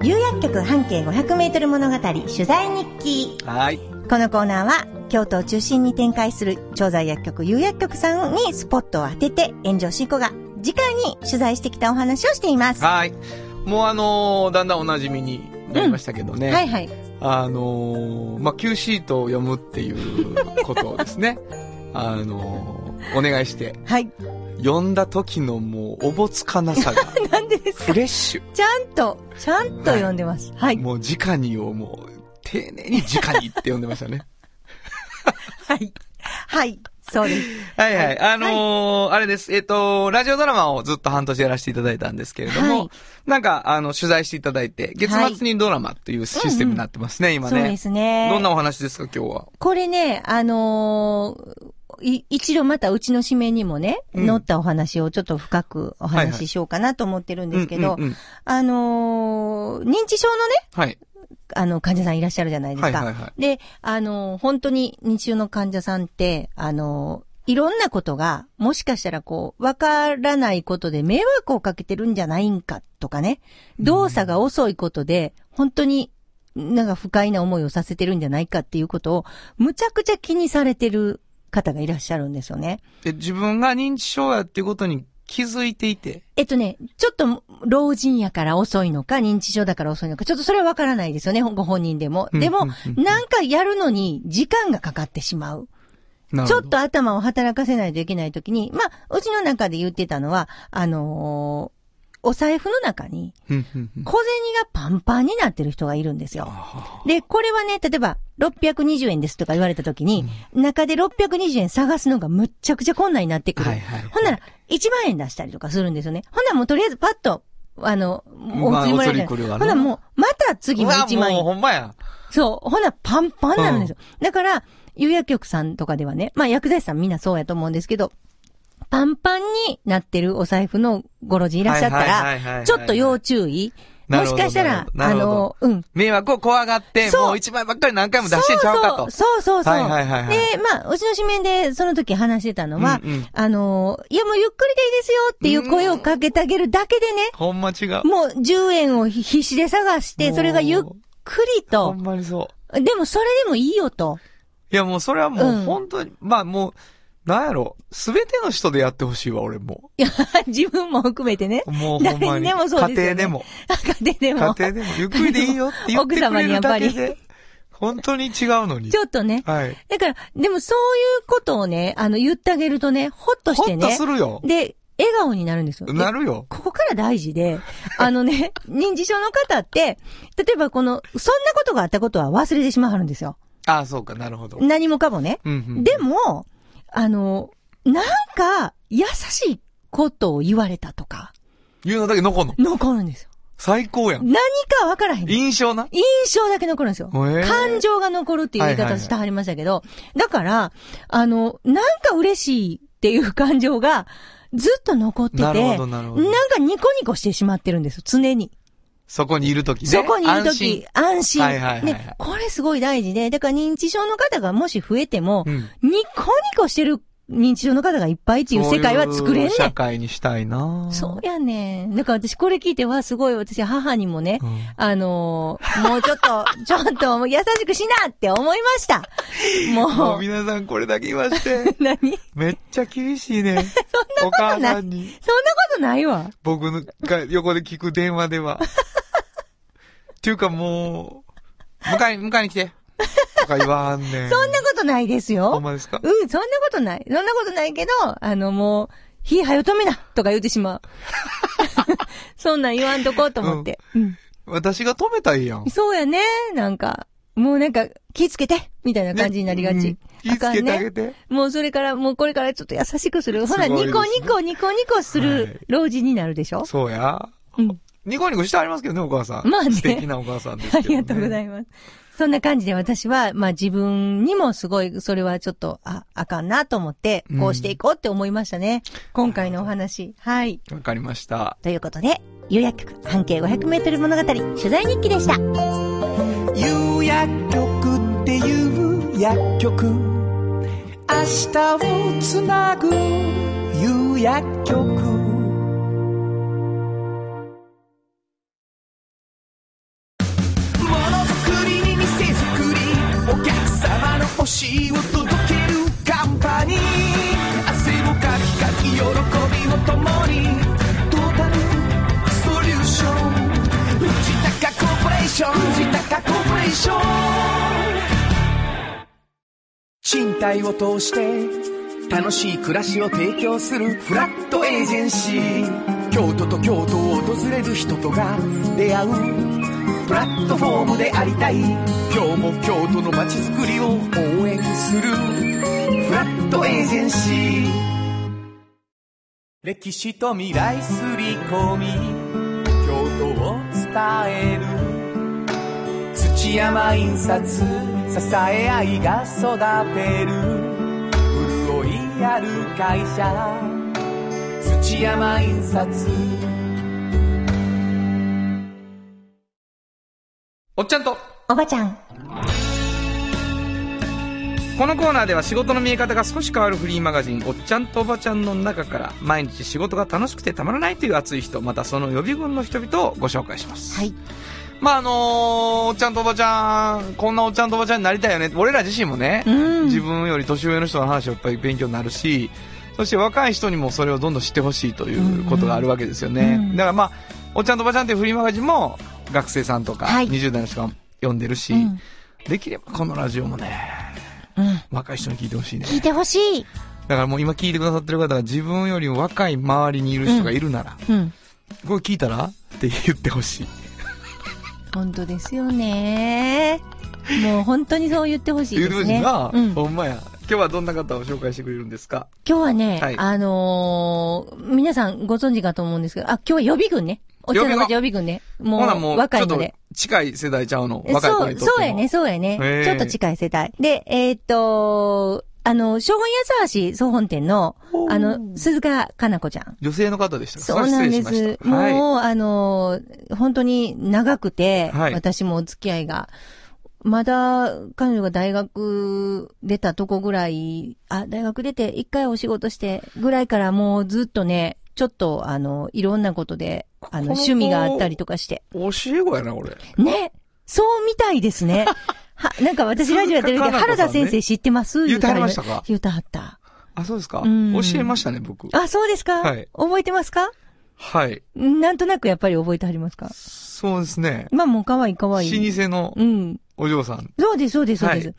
I: 有薬局半径 500m 物語取材日記。
B: はい。
I: このコーナーは
C: 京都を中心に展開する調剤薬局、有薬局さんにスポットを当てて、炎上進行が直に取材してきたお話をしています。は
B: はい。もうあのーだんだんお馴染みになりましたけどね。
C: いはい。
B: あのーまあ、Q シートを読むっていうことをで
C: [laughs]
B: すね、あのーお願いして、
C: はい。
B: 読んだ時のもう、おぼつかなさが、
C: なんでです
B: フレッシュ。
C: ちゃんと、ちゃんと読んでます。はい。
B: もう、直にをもう、丁寧に直にって読んでましたね。
C: はい。はい。そうです。
B: はいはい。あのーあれです。えっ、と、ラジオドラマをずっと半年やらせていただいたんですけれども、
C: はい
B: なんか、あの、取材していただいて、月末にドラマっていうシステムになってますね、今
C: そう
B: ね。
C: ですね。
B: どんなお話ですか、今日は。
C: これね、あのーい一度またうちの紙面にもね、
B: うん
C: 載ったお話をちょっと深くお
B: はいは
C: 話し
B: い
C: しようかなと思ってるんですけど、
B: うんうんうん
C: あのー認知症のね、
B: はい。
C: あの、患者さんいらっしゃるじゃないですか。
B: はいはいは
C: で、あのー本当に認知症の患者さんって、あのーいろんなことが、もしかしたらこう、わからないことで迷惑をかけてるんじゃないんかとかね、動作が遅いことで、本当になんか不快な思いをさせてるんじゃないかっていうことを、むちゃくちゃ気にされてる方がいらっしゃるんですよね。
B: で、自分が認知症やっていうことに気づいていて、
C: えっとね、ちょっと老人やから遅いのか、認知症だから遅いのか、ちょっとそれはわからないですよね、ご本人でも。
B: うん
C: で
B: う
C: も
B: んうん、うん
C: なんかやるのに時間がかかってしまう。
B: な
C: ち
B: る
C: ょ
B: ほ
C: っ
B: ど
C: と頭を働かせないといけないときに、まあ、うちの中で言ってたのは、あのーお財布の中に
B: うんうんうん
C: 小銭がパンパンになってる人がいるんですよ。で、これはね、例えば、620円ですとか言われたときに、中で620円探すのがむっちゃくちゃ困難になってくる。
B: はいはい
C: ほんなら、1万円出したりとかするんですよね。ほんならもうとりあえずパッと、あの、もう
B: まあ
C: お釣りもらえるじゃない
B: お釣り来るわな
C: ほんならもう、また次
B: う
C: も
B: わ
C: 1万
B: も
C: 円
B: う。ほんまや。
C: そう。ほな、パンパンになるんですよ。だから、有薬局さんとかではね、まあ薬剤師さんみんなそうやと思うんですけど、パンパンになってるお財布のご老人いらっしゃった
B: はいはいはいはいは
C: ら、
B: い
C: ちょっと要注意。
B: な
C: も
B: るほ
C: し
B: ど
C: かしたら、
B: な
C: あ
B: るほど
C: の、うん。
B: 迷惑を怖がって、
C: そう
B: もう一枚ばっかり何回も出してんちゃうかと。
C: そうそうそうそう。
B: はいはいはいはい
C: で、まあ、うちの紙面でその時話してたのは、
B: うんうん
C: あの、いやもうゆっくりでいいですよっていう声をかけてあげるだけでね、
B: ほんま違う。
C: もう10円を必死で探して、それがゆっくり
B: ほ
C: と
B: ん、まにそう。
C: でもそれでもいいよと。
B: いやもうそれはも
C: う
B: うん本当に、まあもう、なんやろ、すべての人でやってほしいわ、俺も。
C: いや、 [laughs] 自分も含めてね。
B: もうほんま
C: 誰
B: に。
C: にでもそうですよ、ね。
B: 家庭でも。。
C: 家庭で
B: 家
C: も。
B: 庭でも。ゆっくりでいいよって言ってくれるだ
C: 奥
B: け
C: 様にやっ
B: で。本当に違うのに
C: ち。ょっとね。
B: はい。
C: だから、でもそういうことをね、あの、言ってあげるとね、ほっとし
B: ほ
C: て
B: っと
C: ね
B: す。るよ。
C: で、笑顔になるんですよ。で
B: なるよ。
C: ここから大事で、あのね、
B: [laughs]
C: 認知症の方って、例えばこの、そんなことがあったことは忘れてしまはるんですよ。
B: ああ、そうか、なるほど。
C: 何もかもね。
B: うんうん
C: でも、あの、なんか、優しいことを言われたとか、
B: 言うのだけ残んの。
C: 残るんですよ。
B: 最高やん。
C: 何かわからへん。
B: 印象な。
C: 印象だけ残るんですよ。
B: へー
C: 感情が残るっていう言い方をしてはりましたけど、だから、あの、なんか嬉しいっていう感情がずっと残ってて、
B: なるほどなるほど
C: んかニコニコしてしまってるんですよ、常に。
B: そこにいるときね。
C: そこにいる
B: 安
C: と
B: 心
C: き、安心。
B: はいはいはいはい
C: ね、これすごい大事で、だから認知症の方がもし増えても、
B: うん
C: ニコニコしてる認知症の方がいっぱいっていう世界は作れん
B: そういう
C: ね
B: 社会にしたいなぁ
C: ん。そうやねん。だから私これ聞いてはすごい私母にもね、
B: うん
C: あのーもうちょっと、 [laughs] ちょっと、もう優しくしなって思いました。も
B: も
C: う
B: う、皆さんこれだけ言わして、
C: 何 [laughs] そんなこ
B: めっちゃ厳し
C: [laughs]
B: いね。お母さんに、
C: とないわ。
B: 僕のが横で聞く電話では。っていうかもう、迎えに、迎えに来て。とか言わんねん。
C: [laughs] そんなことないです
B: ほ
C: よ
B: ん。まですか
C: うん、そんなことない。そんなことないけど、あの、もう、火はよ止めなとか言ってし
B: [laughs]
C: まう。そんなん言わんとこうと思って。うん。
B: 私が止めたらいいやん。
C: そうやね。なんか、もうなんか、気ぃつけてみたいな感じになりが
B: ね
C: ち。
B: うん気ぃつけてあ
C: あか
B: げ
C: んね。
B: て。
C: もうそれから、もうこれからちょっと優しくする。ほら、
B: すごい
C: ニ
B: です
C: コ
B: ね
C: ニコ、ニコニコす
B: はい
C: る老人になるでしょ
B: そうや。
C: うん
B: ニコニコしてありますけどね、お母さん。
C: まあね
B: 素敵なお母さんで
C: [laughs]
B: す
C: あ
B: けど、ね。
C: りがとうござ
B: ま
C: います。そんな感じで私は、まあ自分にもすごい、それはちょっと、あ、あかんなと思って、こうしていこうって思いましたね。今回のお話。はい。
B: す。わかりました。
C: ということで、有薬局半径500メートル物語取材日記でした。
F: 有薬局っていう薬局明日をつなぐ有薬局ものづくりに店づくりお客様の欲しいをション賃貸を通して楽しい暮らしを提供するフラットエージェンシー京都と京都を訪れる人とが出会うプラットフォームでありたい今日も京都の街づくりを応援するフラットエージェンシー歴史と未来すり込み京都を伝える土山印刷支え合いが育てる潤いある会社土山印刷
B: おっちゃんと、
I: おばちゃん。
B: このコーナーでは仕事の見え方が少し変わるフリーマガジン、おっちゃんとおばちゃんの中から、毎日仕事が楽しくてたまらないという熱い人、またその予備軍の人々をご紹介します。
C: はい。
B: まあ、あのーおっちゃんとおばちゃん、こんなおっちゃんとおばちゃんになりたいよね。俺ら自身もね、
C: うん
B: 自分より年上の人の話をやっぱり勉強になるし、そして若い人にもそれをどんどん知ってほしいということがあるわけですよね。
C: うん
B: だからまあ、おっちゃんとおばちゃんっていうフリーマガジンも学生さんとか
C: はい
B: 20代の人が読んでるし、
C: うん
B: できればこのラジオもね、
C: うん
B: 若い人に聞いてほしいね。
C: 聞いてほしい。
B: だからもう今聞いてくださってる方が自分より若い周りにいる人がいるなら、
C: うん。
B: これ聞いたらって言ってほしい。
C: 本当ですよね。もう本当にそう言ってほしい
B: 言
C: で
B: っ
C: す
B: てほしい
C: ね。
B: な、
C: うん
B: ほんまや。今日はどんな方を紹介してくれるんですか
C: 今日はね、
B: はい
C: あのー皆さんご存知かと思うんですけど、あ、今日は予備軍ね。お茶の町予備軍ね。も
B: ほな
C: う、若いので。。
B: ちょっと近い世代ちゃうの。
C: え
B: 若い子
C: そ
B: に
C: う、
B: とっても。
C: そうやね、。そうや
B: へ
C: ね
B: ー。
C: ちょっと近い世代。で、えーっと、あの、正本八橋総本店の、あの、鈴鹿かな子ちゃん。
B: 女性の方でしたか
C: そうなんで
B: れは失
C: す
B: 礼。しましたはい。
C: もう、あの、本当に長くて、
B: はい
C: 私もお付き合いが。まだ、彼女が大学出たとこぐらい、あ、大学出て一回お仕事してぐらいからもうずっとね、ちょっと、あの、いろんなことで、あの、
B: この子
C: 趣味があったりとかして。
B: 教え子やな、俺。
C: ねそうみたいです
B: [laughs]
C: ね。は、なんか私ラジオやってるけど、
B: 鈴鹿かな
C: 原
B: 子さん
C: 田
B: ね
C: 先生知ってます
B: 言うてはりま
C: り
B: したか
C: 言うてはった。
B: あ、そうですか
C: うん
B: 教えましたね、僕。
C: あ、そうですか、
B: はい
C: 覚えてますか
B: はい。
C: なんとなくやっぱり覚えてはりますか
B: そうですね。
C: まあもう可愛い可
B: 老
C: 愛い。
B: 舗の
C: うん。
B: お嬢さん。
C: そうです、そうです、そう
B: はい
C: です。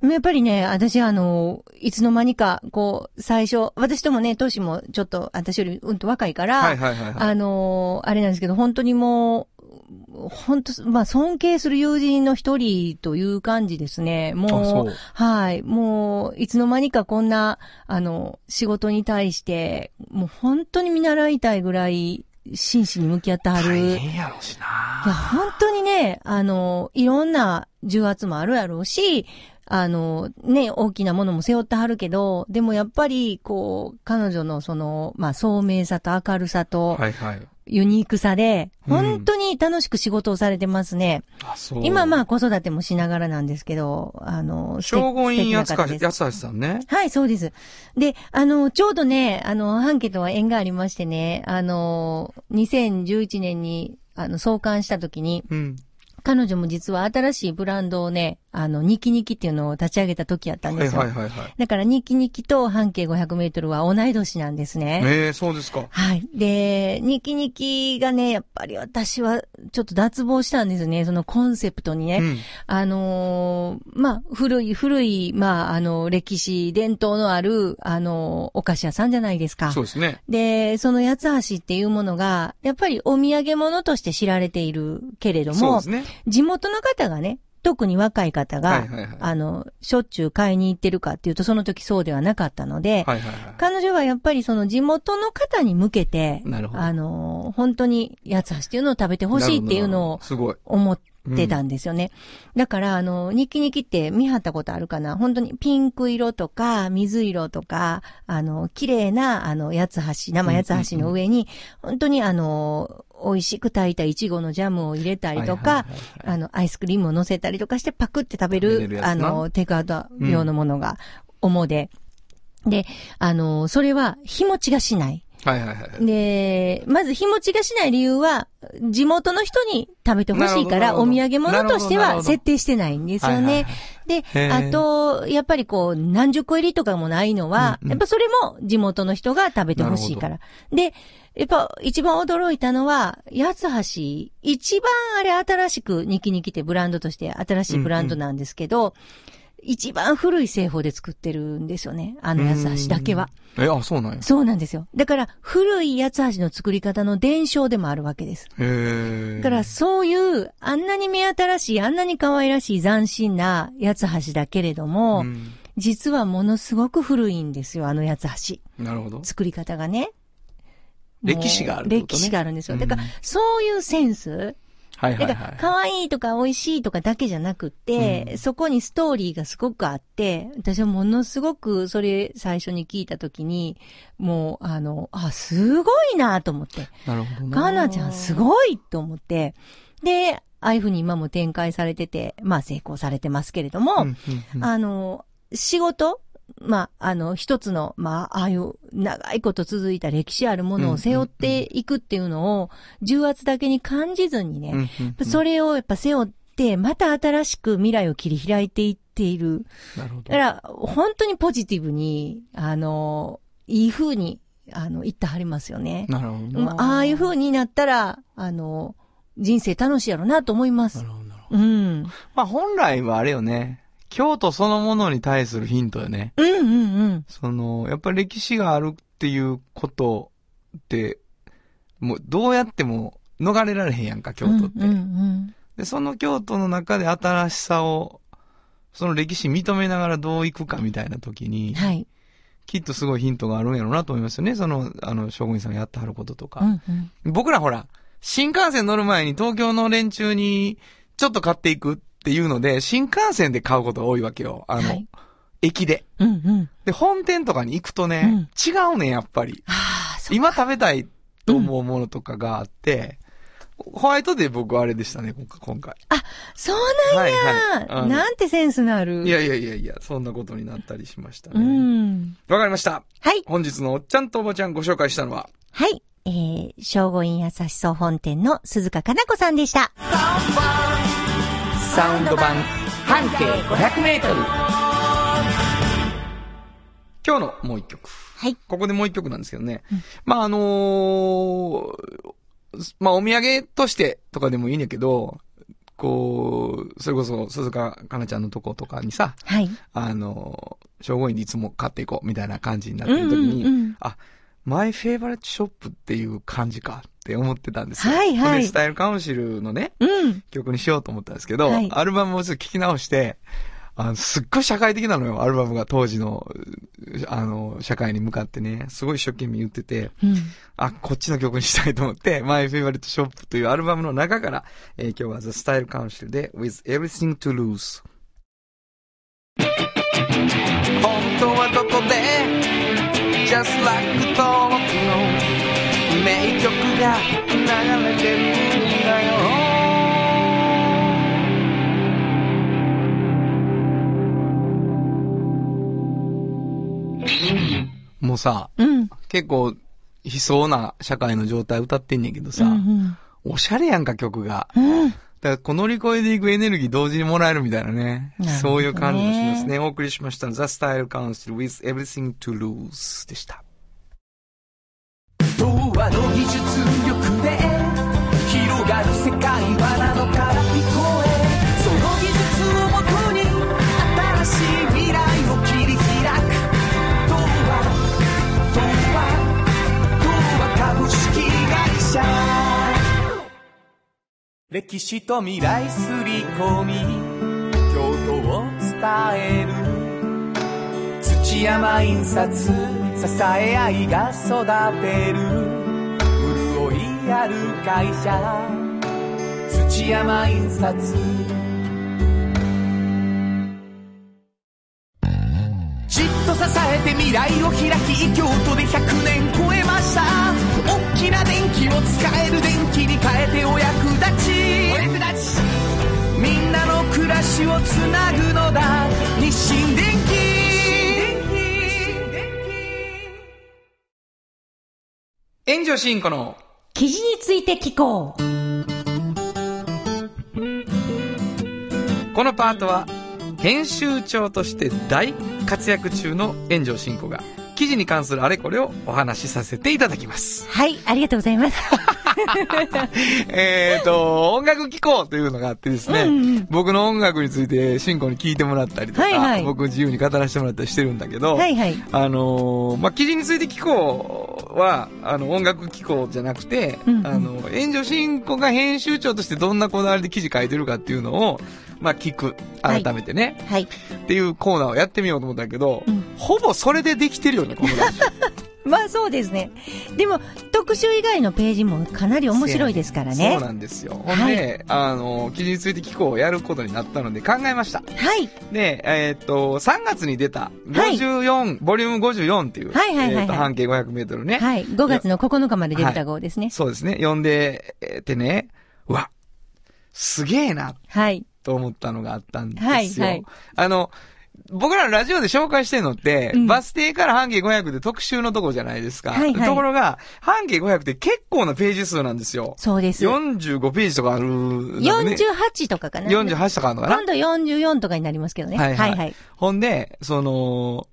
C: でもやっぱりね、私あの、いつの間にか、こう、最初、私ともね、年もちょっと、私よりうんと若いから、
B: はいはいはいはい。
C: あの、あれなんですけど、本当にもう、本当、まあ、尊敬する友人の一人という感じですね。もう、
B: あそう
C: はい。もう、いつの間にかこんな、あの、仕事に対して、もう本当に見習いたいぐらい、真摯に向き合ってはる。
B: 大変やろうし
C: いや、
B: な
C: 本当にね、あの、いろんな重圧もあるやろうし、あの、ね、大きなものも背負ってはるけど、でもやっぱり、こう、彼女のその、まあ、聡明さと明るさと、
B: はいはい。
C: ユニークさで、
B: うん
C: 本当に楽しく仕事をされてますね。
B: あ、そう。
C: 今、まあ、子育てもしながらなんですけど、あの、素敵
B: 正言院やつ
C: 素敵な
B: か、
C: 方です
B: やつはさんね。
C: はい、そうです。で、あの、ちょうどね、あの、半家とは縁がありましてね、あの、2011年に、あの、創刊した時に、
B: うん。
C: 彼女も実は新しいブランドをね、あの、ニキニキっていうのを立ち上げた時やったん
B: は
C: で
B: い
C: すよ。
B: はいはいはい。
C: だから、ニキニキと半径500メートルは同い年なんですね。
B: ええ、そうですか。
C: はい。で、ニキニキがね、やっぱり私はちょっと脱帽したんですね。そのコンセプトにね。
B: うん。
C: あのーまあ、古い古い、まあ、あの、歴史、伝統のある、あの、お菓子屋さんじゃないですか。
B: そうですね。
C: で、その八つ橋っていうものが、やっぱりお土産物として知られているけれども、
B: そうですね。
C: 地元の方がね、特に若い方が、
B: はいはいはい
C: あの、しょっちゅう買いに行ってるかっていうと、その時そうではなかったので、
B: はいはいはい。
C: 彼女はやっぱりその地元の方に向けて、
B: なるほど
C: あの、本当に八つ橋っていうのを食べてほしいっていうのを
B: なるほどなるほどす
C: 思ってたんですよね。だから、あの、ニキニキって見張ったことあるかな本当にピンク色とか、水色とか、あの、綺麗な、あの、八つ橋、生八つ橋の上に、本当にあの、美味しく炊いたイチゴのジャムを入れたりと
B: はい
C: か
B: はいはい、
C: あの、アイスクリームを乗せたりとかしてパクって食べ
B: 食べれる
C: る、
B: や
C: あ
B: つな
C: の、テイクアウト用のものが、主で。で、あの、それは日持ちがしない。
B: はいはいはい。
C: で、まず日持ちがしない理由は、地元の人に食べてほしいか
B: なる
C: ら、
B: ほ
C: お
B: ど
C: 土
B: なる
C: 産
B: ほど
C: 物として
B: なる
C: は
B: ほど
C: 設定してないんですよ
B: はいはい
C: ね
B: は。
C: で
B: へ、ー
C: あと、やっぱりこう、何十個入りとかもないのは、
B: うんうん
C: やっぱそれも地元の人が食べてほしいから。で、やっぱ一番驚いたのは、八橋、一番あれ新しく、ニキニキってブランドとして新しいブランドなんですけど、一番古い製法で作ってるんですよね。あの八橋だけは。
B: え、あ、そうなんや。
C: そうなんですよ。だから、古い八つ橋の作り方の伝承でもあるわけです。
B: へー
C: だから、そういう、あんなに目新しい、あんなに可愛らしい斬新な八つ橋だけれども、
B: うん
C: 実はものすごく古いんですよ、あの八つ
B: なるほど
C: 橋。。作り方がね。
B: 歴史があるって
C: もう
B: ことね
C: 歴史があるんですよ。だから
B: うん、
C: そういうセンス、
B: はいは
C: だ
B: い
C: か
B: は
C: ら
B: い、。
C: 可愛いとか美味しいとかだけじゃなくって、
B: うん
C: そこにストーリーがすごくあって、私はものすごくそれ最初に聞いたときに、もう、あの、あ、すごいなと思って、
B: なるほどな。
C: かなちゃんすごいと思って、で、ああいうふうに今も展開されてて、まあ成功されてますけれども、
B: うんうんうん
C: あの、仕事まあ、あの、一つの、まあ、ああいう長いこと続いた歴史あるものを背負っていくっていうのを、重圧だけに感じずにね、
B: うんうんうん
C: それをやっぱ背負って、また新しく未来を切り開いていっている。
B: なるほど
C: だから、本当にポジティブに、あの、いい風に、あの、言ってはりますよね。
B: なるほど
C: うん
B: な。
C: ああいう風になったら、あの、人生楽しいやろなと思いま
B: な
C: す
B: る。ほどなるほど
C: うん。うん
B: まあ本来はあれよね。京都そのものに対するヒントよね。
C: うんうん。
B: その、やっぱり歴史があるっていうことって、もうどうやっても逃れられへんやんか、京都って。
C: うんうん
B: で、その京都の中で新しさを、その歴史認めながらどういくかみたいな時
C: うん。
B: に、
C: はい。
B: きっとすごいヒントがあるんやろうなと思いますよね。その、あの、将軍さんがやってはることと
C: う
B: か。
C: んうん。
B: 僕らほら、新幹線乗る前に東京の連中にちょっと買っていくっていうので、新幹線で買うことが多いわけよ。あの、
C: はい
B: 駅で。
C: うんうん。
B: で、本店とかに行くとね、違うねん、やっぱり。
C: ああ、そう。
B: 今食べたいと思うものとかがあって、ホワイトデー僕はあれでしたね、今回今回。
C: そう
B: はい
C: なん
B: あ
C: や。
B: の
C: なんてセンスのある。
B: いやいやいやいや、そんなことになったりしました
C: う
B: ね。
C: ん。
B: わかりました。
C: はい。
B: 本日のおっちゃんとおばちゃんご紹介したのは、
C: はい。えー、正午院優しそう本店の鈴鹿かな子さんでした。
F: サウンド版半径500メートル
B: 今日のもう一曲。
C: はい
B: ここでもう一曲なんですけどね。まあ、あのーまあ、お土産としてとかでもいいんだけど、こう、それこそ鈴鹿かなちゃんのとことかにさ、
C: はい。
B: あのー、正午院でいつも買っていこうみたいな感じになってる時に、
C: うんうんうん
B: あ、マイフェイバレットショップっていう感じかって思ってたんですよ。
C: はいはい
B: ほんでスタイルカウンシルのね、
C: うん。
B: 曲にしようと思ったんですけど、
C: はい
B: アルバムをちょっと聞き直して、あの、すっごい社会的なのよ、アルバムが当時の、うあの、社会に向かってね、すごい一生懸命言ってて、
C: うん。
B: あ、こっちの曲にしたいと思って、My Favorite Shop というアルバムの中から、えー今日は The Style Council で With Everything to Lose。本当はどこで Just like the thought の名曲が流れてるんだよもうさ、
C: うん。
B: 結構、悲壮な社会の状態歌ってんねんけどさ、
C: うん
B: おしゃれやんか曲が。
C: うん。うん。
B: だから、こう乗り越えていくエネルギー同時にもらえるみたいなね。
C: なるほどね
B: そういう感じもしますね。お送りしました。The Style Council with Everything to Lose でした。
F: 童話の技術力で広がる世界はなのから聞こえその技術をもとに新しい未来を切り開く童話童話童話株式会社歴史と未来すり込み京都を伝える土山印刷支え合いが育てる潤いある会社土山印刷じっと支えて未来を開き京都で100年超えました大きな電気を使える電気に変えてお役立ちお役立ちみんなの暮らしをつなぐのだ日清電機
B: 炎上進行の、
C: 記事について聞こう。
B: このパートは、編集長として大活躍中の炎上進行が、記事に関するあれこれをお話しさせていただきます。
C: はい、ありがとうございます。
B: [laughs] えっと、音楽聴こうというのがあってですね、
C: うんうん
B: 僕の音楽について進行に聞いてもらったりとか、
C: はいはい
B: 僕自由に語らせてもらったりしてるんだけど、
C: はいはい。
B: あのーまあ、記事について聞こうは、あの、音楽機構じゃなくて、
C: うんうん
B: あの、炎上進行が編集長としてどんなこだわりで記事書いてるかっていうのを、まあ、聞く。
C: は
B: 改
C: い
B: めてね、
C: はい。
B: っていうコーナーをやってみようと思ったんだけど、
C: うん
B: ほぼそれでできてるよね、このラジ
C: まあそうですね。でも、特集以外のページもかなり面白いですから
B: オ
C: ね
B: そう。なんですよ。ほ
C: はい
B: んで、あの、記事について聞こうをやることになったので考えました。
C: はい。
B: で、えーっと、3月に出た、54、ボリューム54っていう、
C: はいはいはいはい
B: えーっと、半径500メートルね。
C: はい。5月の9日まで出た号ですね。
B: そうですね。読んでえーてね、うわ、すげえな、
C: はい。
B: と思ったのがあったんですよ。
C: はいはい
B: あの、僕らのラジオで紹介してるのって、
C: うん
B: バス停から半径500で特集のとこじゃないですか。
C: はいはい
B: ところが、半径500って結構なページ数なんですよ。
C: そうです。
B: 45ページとかあるのでね、
C: 48とかかな。
B: 48とかあるのかな
C: 今度44とかになりますけどね。
B: はいはい
C: はい。
B: ほんで、その、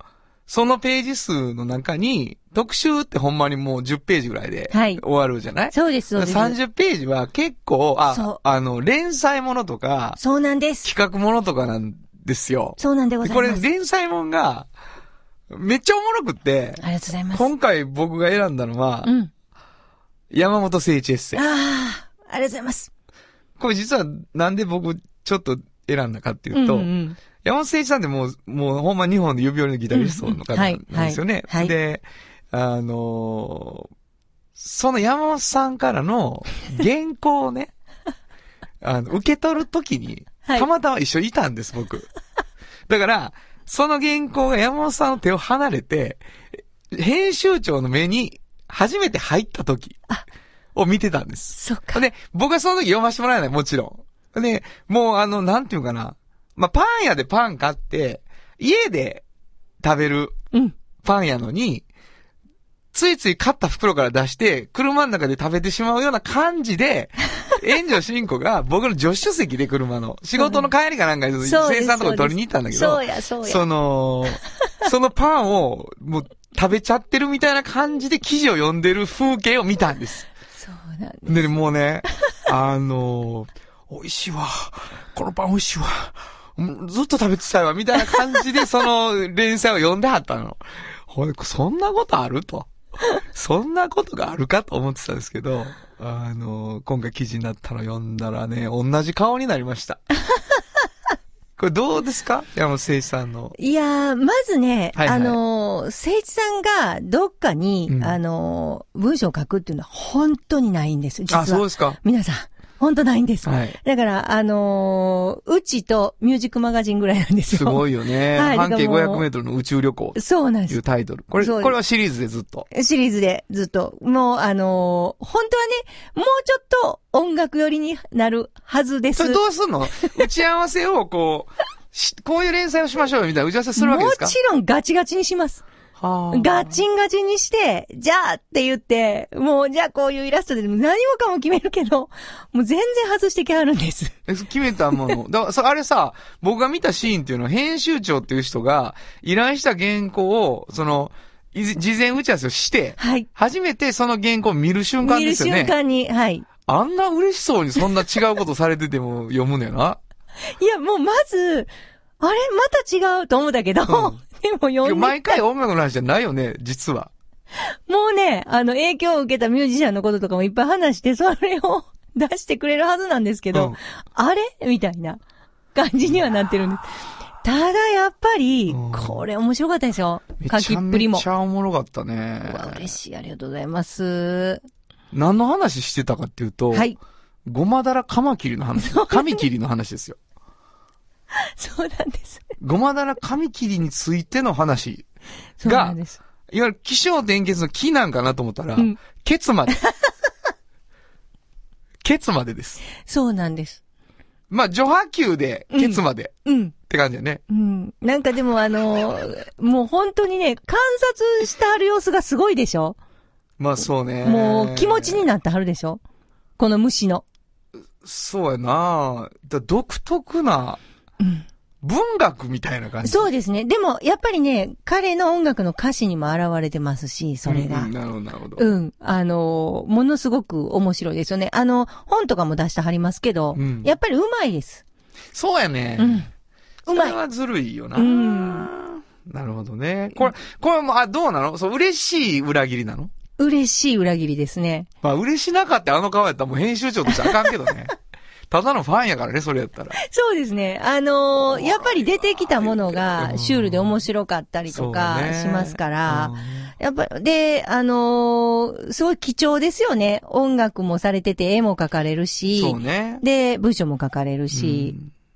B: そのページ数の中に、特集ってほんまにもう10ページぐらいで
C: はい
B: 終わるじゃない、
C: そうです、そうです。
B: 30ページは結構、
C: そう
B: あ、あの、連載ものとか、
C: そうなんです。
B: 企画ものとかなんですよ。
C: そうなんでご
B: で
C: ざい
B: こ
C: ま
B: れ
C: す。
B: 連載もんが、めっちゃおもろくって、
C: ありがとうございます。
B: 今回僕が選んだのは
C: う、ん。
B: 山本誠一エッセイ。
C: ああ、ありがとうございます。
B: これ実はなんで僕ちょっと選んだかっていうと、
C: うんうん
B: 山本誠一さんってもう、もうほんま日本で指折りのギタリストの方
C: うんは
B: ないんですよね。
C: はいはい
B: で、あのーその山本さんからの原稿
C: [laughs]
B: をね、あの、受け取るときに、
C: はい
B: たまたま一緒にいたんです、僕。だから、その原稿が山本さんの手を離れて、編集長の目に初めて入ったときを見てたんです。
C: そっか。
B: で、僕はその時読ませてもらえない、もちろん。で、もうあの、なんていうかな。まあ、パン屋でパン買って、家で食べる
C: うん
B: パンやのに、ついつい買った袋から出して、車の中で食べてしまうような感じ
C: [laughs]
B: で、炎上真子が僕の助手席で車の、仕事の帰りかなんかで
C: そうで
B: 生
C: す
B: 産とか取りに行ったんだけど、
C: そうや、そうや。
B: その、そのパンをもう食べちゃってるみたいな感じで記事を読んでる風景を見たんです。
C: そうなん
B: で、ねもうね、 [laughs] あのー、美味しいわ。このパン美味しいわ。もうずっと食べてたいわ。みたいな感じで、その連載を読んではったの。ほんでそんなことあると。そんなことがあるかと思ってたんですけど、あのー、今回記事になったの読んだらね、同じ顔になりました。 [laughs] これどうですか山本誠一さんの。
C: いやー、まずね、
B: はいはい
C: あのー、誠一さんがどっかに、
B: うん
C: あのー、文章を書くっていうのは本当にないんです、実は。
B: あ、そうですか。
C: 皆さん、本当ないんです。
B: はい
C: だから、あのーうちとミュージックマガジンぐらいなんですよ。
B: すごいよね。
C: はい
B: 半径
C: でも
B: 500メートルの宇宙旅行
C: そうなん
B: と
C: で
B: いう
C: す。
B: タイトル。これ、
C: そうです
B: これはシリーズでずっと。
C: シリーズでずっと。もう、あのー本当はね、もうちょっと音楽寄りになるはずです。
B: それどうすんの打ち合わせをこう、しこういう連載をしましょうよみたいな打ち合わせするわけですか
C: もちろんガチガチにします。
B: はあ
C: ガチンガチンにして、じゃあって言って、もうじゃあこういうイラストで何もかも決めるけど、もう全然外してきはるん
B: [laughs]
C: です。
B: え決めた
C: [laughs]
B: もの。だからそあれさ、僕が見たシーンっていうのは編集長っていう人が依頼した原稿を、その、いず事前打ち合わせをして、
C: はい。
B: 初めてその原稿を見る瞬間
C: 見
B: で
C: る
B: すよね。
C: 瞬間に、はい。
B: あんな嬉しそうにそんな違うことされてても読むの
C: [laughs]
B: よな。
C: いや、もうまず、あれまた違うと思うんだけど、 [laughs] でも
B: いや
C: 読んで
B: 毎回音楽の話じゃないよね、実は。
C: もうね、あの、影響を受けたミュージシャンのこととかもいっぱい話して、 [laughs] それを出してくれるはずなんですけど、
B: うん
C: あれみたいな感じにはなってるんです。ただやっぱり、
B: うん
C: これ面白かったですよ。
B: め
C: 書き
B: ちゃ
C: っぷりも
B: めち。ゃおもろかったね
C: う。わ嬉しい。ありがとうございます。
B: 何の話してたかっていうと、
C: はい。
B: ごまだらカマキリの話、カミキリの話ですよ。
C: そうなんです。
B: ごまだらカミキリについての話。
C: そうなんです。
B: いわゆる気象転結の木なんかなと思ったら、
C: うん
B: ケツまで。ケツまでです。
C: そうなんです。
B: まあ、序波球で、ケツまで、
C: うん。
B: って感じだよね。
C: うん。なんかでもあのーもう本当にね、観察してはる様子がすごいでしょ
B: まあそうね。
J: もう気持ちになってはるでしょこの虫の。
B: そうやなだ独特な、文学みたいな感じ。
J: そうですね。でも、やっぱりね、彼の音楽の歌詞にも現れてますし、それが
B: うん。なるほど、なるほど。
J: うん。あのー、ものすごく面白いですよね。あの、本とかも出してはりますけど、
B: うん
J: やっぱりうまいです。
B: そうやね。
J: うん。うま
B: そ
J: い
B: れ。はずるいよな。
J: うん。
B: なるほどね。これ、これも、あ、どうなのそう、嬉しい裏切りなの
J: 嬉しい裏切りですね。
B: まあ、嬉しなかったあの顔やったらもう編集長としてあかんけど
J: [laughs]
B: ね。ただのファンやからね、それやったら。
J: そうですね。あのーやっぱり出てきたものがシュールで面白かったりと
B: そう
J: か
B: ね
J: しますから、
B: うん
J: やっぱ、で、あのーすごい貴重ですよね。音楽もされてて、絵も描かれるし、
B: そうね。
J: で、文章も書かれるし、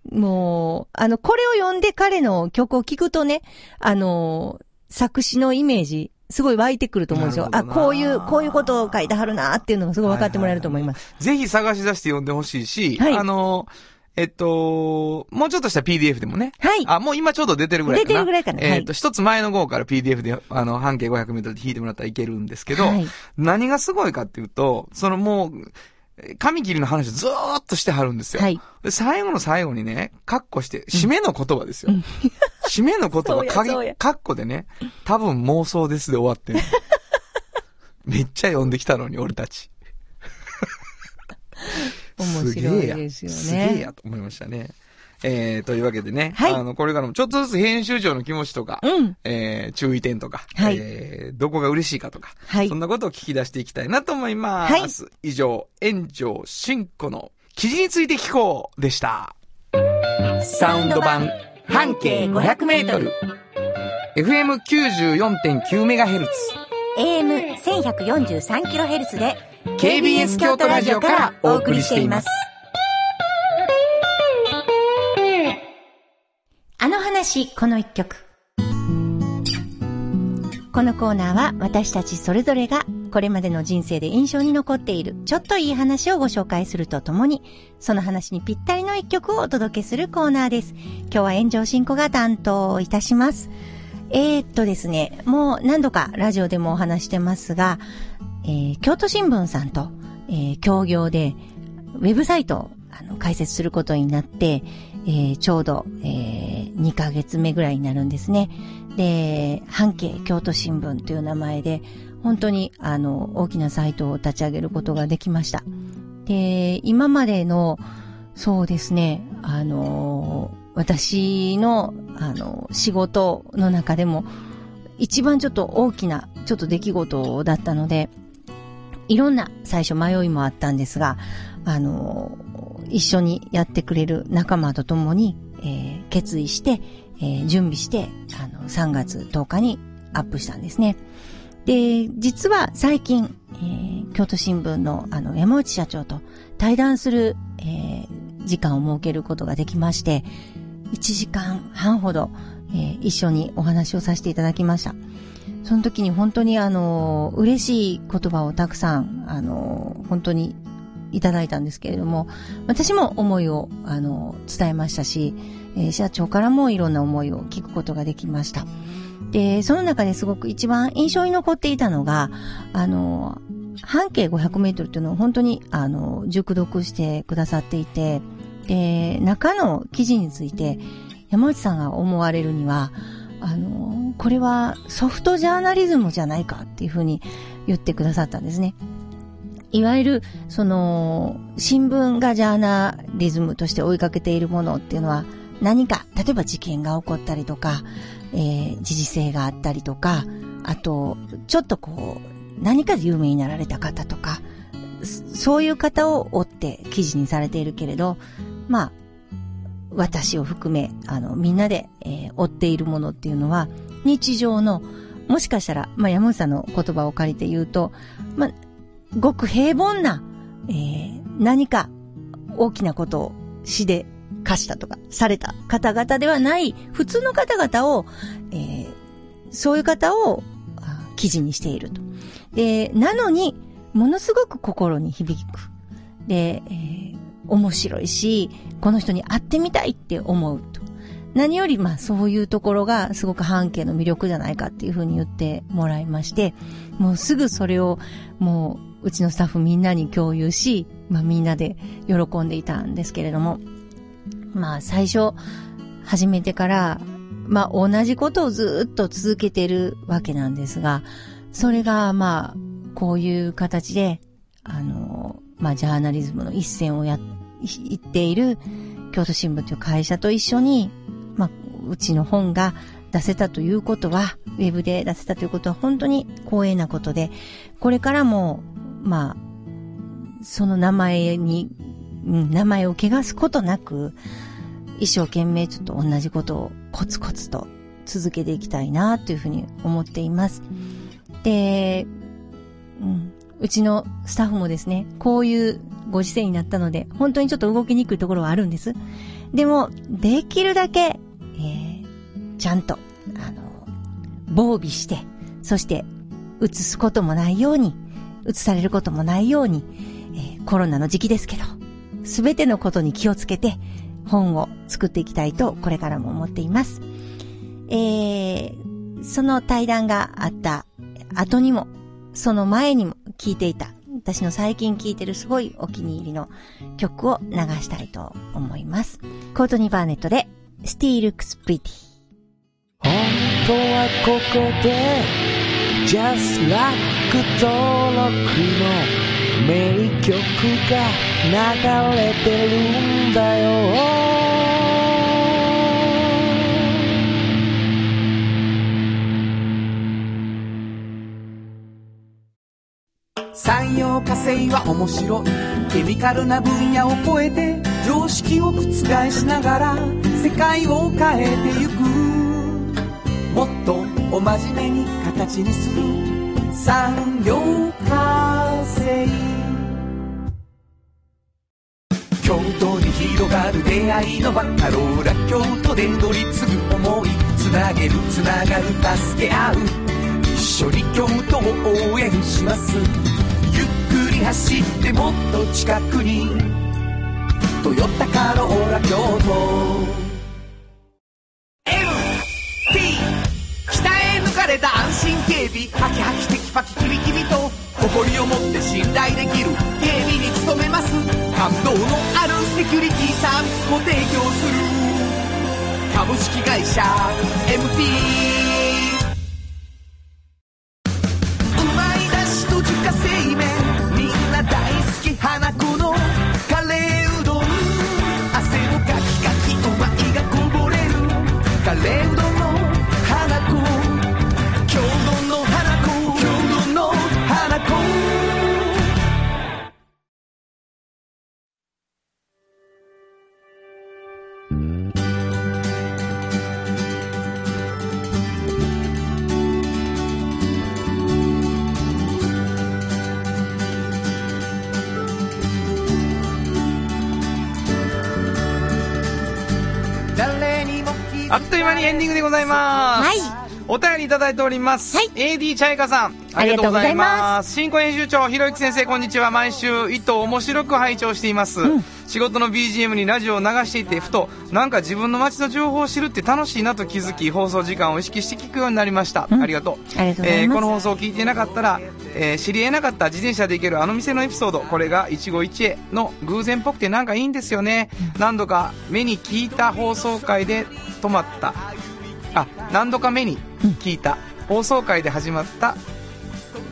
J: もう、あの、これを読んで彼の曲を聴くとね、あの、作詞のイメージ、すごい湧いてくると思うんですよ。
B: な
J: あ、
B: るほどな
J: こういう、こういうことを書いてはるなっていうのがすごい分かってもらえると思います。
B: ぜひ探し出して読んでほしいし、
J: はい
B: あの、えっと、もうちょっとした PDF でもね。
J: はい
B: あ、もう今ちょうど出てるぐらいかな。
J: 出てるぐらいかなはい
B: えっと、一つ前の号から PDF で、あの、半径500メートルで引いてもらったらいけるんですけど、
J: はい
B: 何がすごいかっていうと、そのもう、え紙切りの話をずーっとしてはるんですよ。
J: はい
B: で最後の最後にね、カッコして、締めの言葉です
J: [laughs]
B: よ。締めの言
J: そ
B: 葉、
J: うや
B: か
J: そうや
B: カッコでね、多分妄想ですで終わってん
J: [laughs]
B: のめっちゃ読んできたのに、俺たち。
J: 面白いですよね。
B: すげえや、すげえやと思いましたね。えー、というわけでね、
J: はい
B: あの、これからもちょっとずつ編集長の気持ちとか、
J: うん
B: えー、注意点とか、
J: はい
B: えー、どこが嬉しいかとか、
J: はい
B: そんなことを聞き出していきたいなと思います。以上、炎上真子の記事について聞こうでした。
F: サウンド版半径500メートル
B: FM94.9MHz、
C: AM1143kHz で
B: KBS 京都ラジオからお送りしています。
C: あの話、この一曲。このコーナーは私たちそれぞれがこれまでの人生で印象に残っているちょっといい話をご紹介するとともにその話にぴったりの一曲をお届けするコーナーです。今日は炎上進行が担当いたします。えー、っとですね、もう何度かラジオでもお話してますが、えー京都新聞さんと、えー協業でウェブサイトをあの開設することになって、えーちょうど、え2ヶ月目ぐらいになるんですね。で、半径京都新聞という名前で、本当にあの大きなサイトを立ち上げることができました。で、今までの、そうですね、あの、私の、あの、仕事の中でも、一番ちょっと大きな、ちょっと出来事だったので、いろんな最初迷いもあったんですが、あの、一緒にやってくれる仲間と共に、えー決意して、えー準備して、あの、3月10日にアップしたんですね。で、実は最近、えー京都新聞のあの、山内社長と対談する、えー時間を設けることができまして、1時間半ほど、えー一緒にお話をさせていただきました。その時に本当にあの、嬉しい言葉をたくさん、あの、本当にいただいたんですけれども、私も思いを、あの、伝えましたし、えー社長からもいろんな思いを聞くことができました。で、その中ですごく一番印象に残っていたのが、あの、半径500メートルというのを本当に、あの、熟読してくださっていて、で、中の記事について、山内さんが思われるには、あの、これはソフトジャーナリズムじゃないかっていうふうに言ってくださったんですね。いわゆる、その、新聞がジャーナリズムとして追いかけているものっていうのは、何か、例えば事件が起こったりとか、えー時事性があったりとか、あと、ちょっとこう、何かで有名になられた方とか、そそういう方を追って記事にされているけれど、まあ、私を含め、あの、みんなで、えー追っているものっていうのは、日常の、もしかしたら、まあ、山本さんの言葉を借りて言うと、まあ、ごく平凡な、えー何か大きなことを死で課したとか、された方々ではない、普通の方々を、えーそういう方をあ記事にしていると。で、なのに、ものすごく心に響く。で、えー面白いし、この人に会ってみたいって思うと。何よりまあそういうところがすごく半径の魅力じゃないかっていうふうに言ってもらいまして、もうすぐそれをもううちのスタッフみんなに共有し、まあみんなで喜んでいたんですけれども、まあ最初始めてから、まあ同じことをずっと続けてるわけなんですが、それがまあこういう形で、あの、まあジャーナリズムの一線をやっ、いっている京都新聞という会社と一緒に、まあ、うちの本が出せたということは、ウェブで出せたということは本当に光栄なことで、これからも、まあ、その名前に、うん名前を汚すことなく、一生懸命ちょっと同じことをコツコツと続けていきたいなというふうに思っています。で、うん、うちのスタッフもですね、こういうご時世になったので、本当にちょっと動きにくいところはあるんです。でも、できるだけ、えーちゃんと、あの、防備して、そして、移すこともないように、移されることもないように、えーコロナの時期ですけど、すべてのことに気をつけて、本を作っていきたいと、これからも思っています。えーその対談があった後にも、その前にも聴いていた、私の最近聴いてるすごいお気に入りの曲を流したいと思います。コートニー・バーネットで、スティール・クス・プリティ。
F: 本当はここで Just Rock 登録の名曲が流れてるんだよ山陽火星は面白いケミカルな分野を超えて常識を覆しながら世界を変えてゆくもっとお真面目に形にする産業化成京都に広がる出会いのバカローラ京都で乗り継ぐ思いつなげるつながる助け合う一緒に京都を応援しますゆっくり走ってもっと近くに「トヨタカローラ京都」北へ抜かれた安心警備ハキハキテキパキキビキビと誇りを持って信頼できる警備に努めます感動のあるセキュリティサービスも提供する株式会社 MT うまいだしと自家製麺みんな大好き花子のカレーうどん汗をかきかきうまいがこぼれるカレーうどんの花子郷土の花子郷土の花子誰にも気づ
B: あ
F: か
B: っという間にエンディングでございます。
C: は
B: お便りいただいております。
C: はい
B: AD チャイカさん、ありがとうございます。新婚編集長、ひろゆき先生、こんにちは。毎週、一頭面白く拝聴しています。仕事の BGM にラジオを流していて、ふと、なんか自分の街の情報を知るって楽しいなと気づき、放送時間を意識して聞くようになりました。ありがと
C: ありがと
B: う。
C: うございます
B: えーこの放送を聞いていなかったら、えー知り得なかった自転車で行けるあの店のエピソード、これが一期一会の偶然っぽくてなんかいいんですよね。何度か目に聞いた放送回で止まったあ何度か目に聞いた、放送回で始まった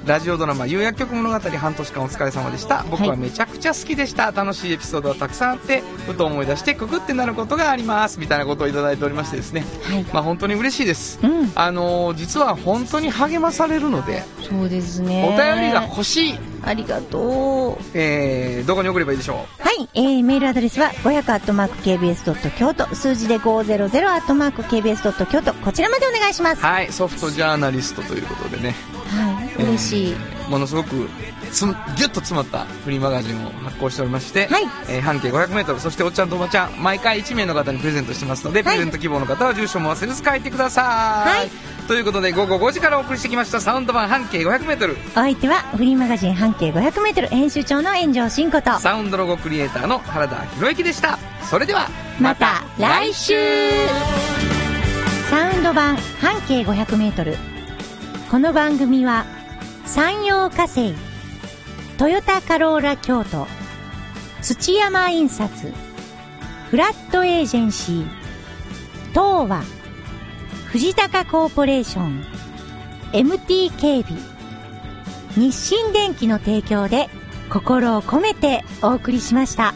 B: ラジオドラマ「有薬局物語」半年間お疲れ様でした僕はめちゃくちゃ好きでした、楽しいエピソードがたくさんあってふと思い出してクグってなることがありますみたいなことをいただいておりましてですね、
C: はい
B: まあ本当に嬉しいです、
C: うん
B: あのー実は本当に励まされるので
C: そうです
B: お
C: ね。
B: 便りが欲しい、
C: ありがとう。
B: えーどこに送ればいいでしょう
C: はい、えー、メールアドレスは5 0 0 k b s k y o t 数字で5 0 0 k b s k y o t こちらまでお願いします。は
B: はいソフトジャーナリストということでね
C: い、嬉しい。
B: ものすごくつギュッと詰まったフリーマガジンを発行しておりまして、
C: はい
B: えー半径 500m そしておっちゃんとおばちゃん毎回1名の方にプレゼントしてますので、
C: はい
B: プレゼント希望の方は住所も忘れず書いてください、
C: はい
B: ということで午後5時からお送りしてきましたサウンド版半径 500m
C: お相手は、フリーマガジン半径500メートル編集長の炎上真子と、
B: サウンドロゴクリエイターの原田博之でしたそれではまた来週
C: サウンド版半径500メートル。この番組は、山陽火星、トヨタカローラ京都、土山印刷、フラットエージェンシー、東和、藤高コーポレーション、MT 警備、日清電機の提供で心を込めてお送りしました。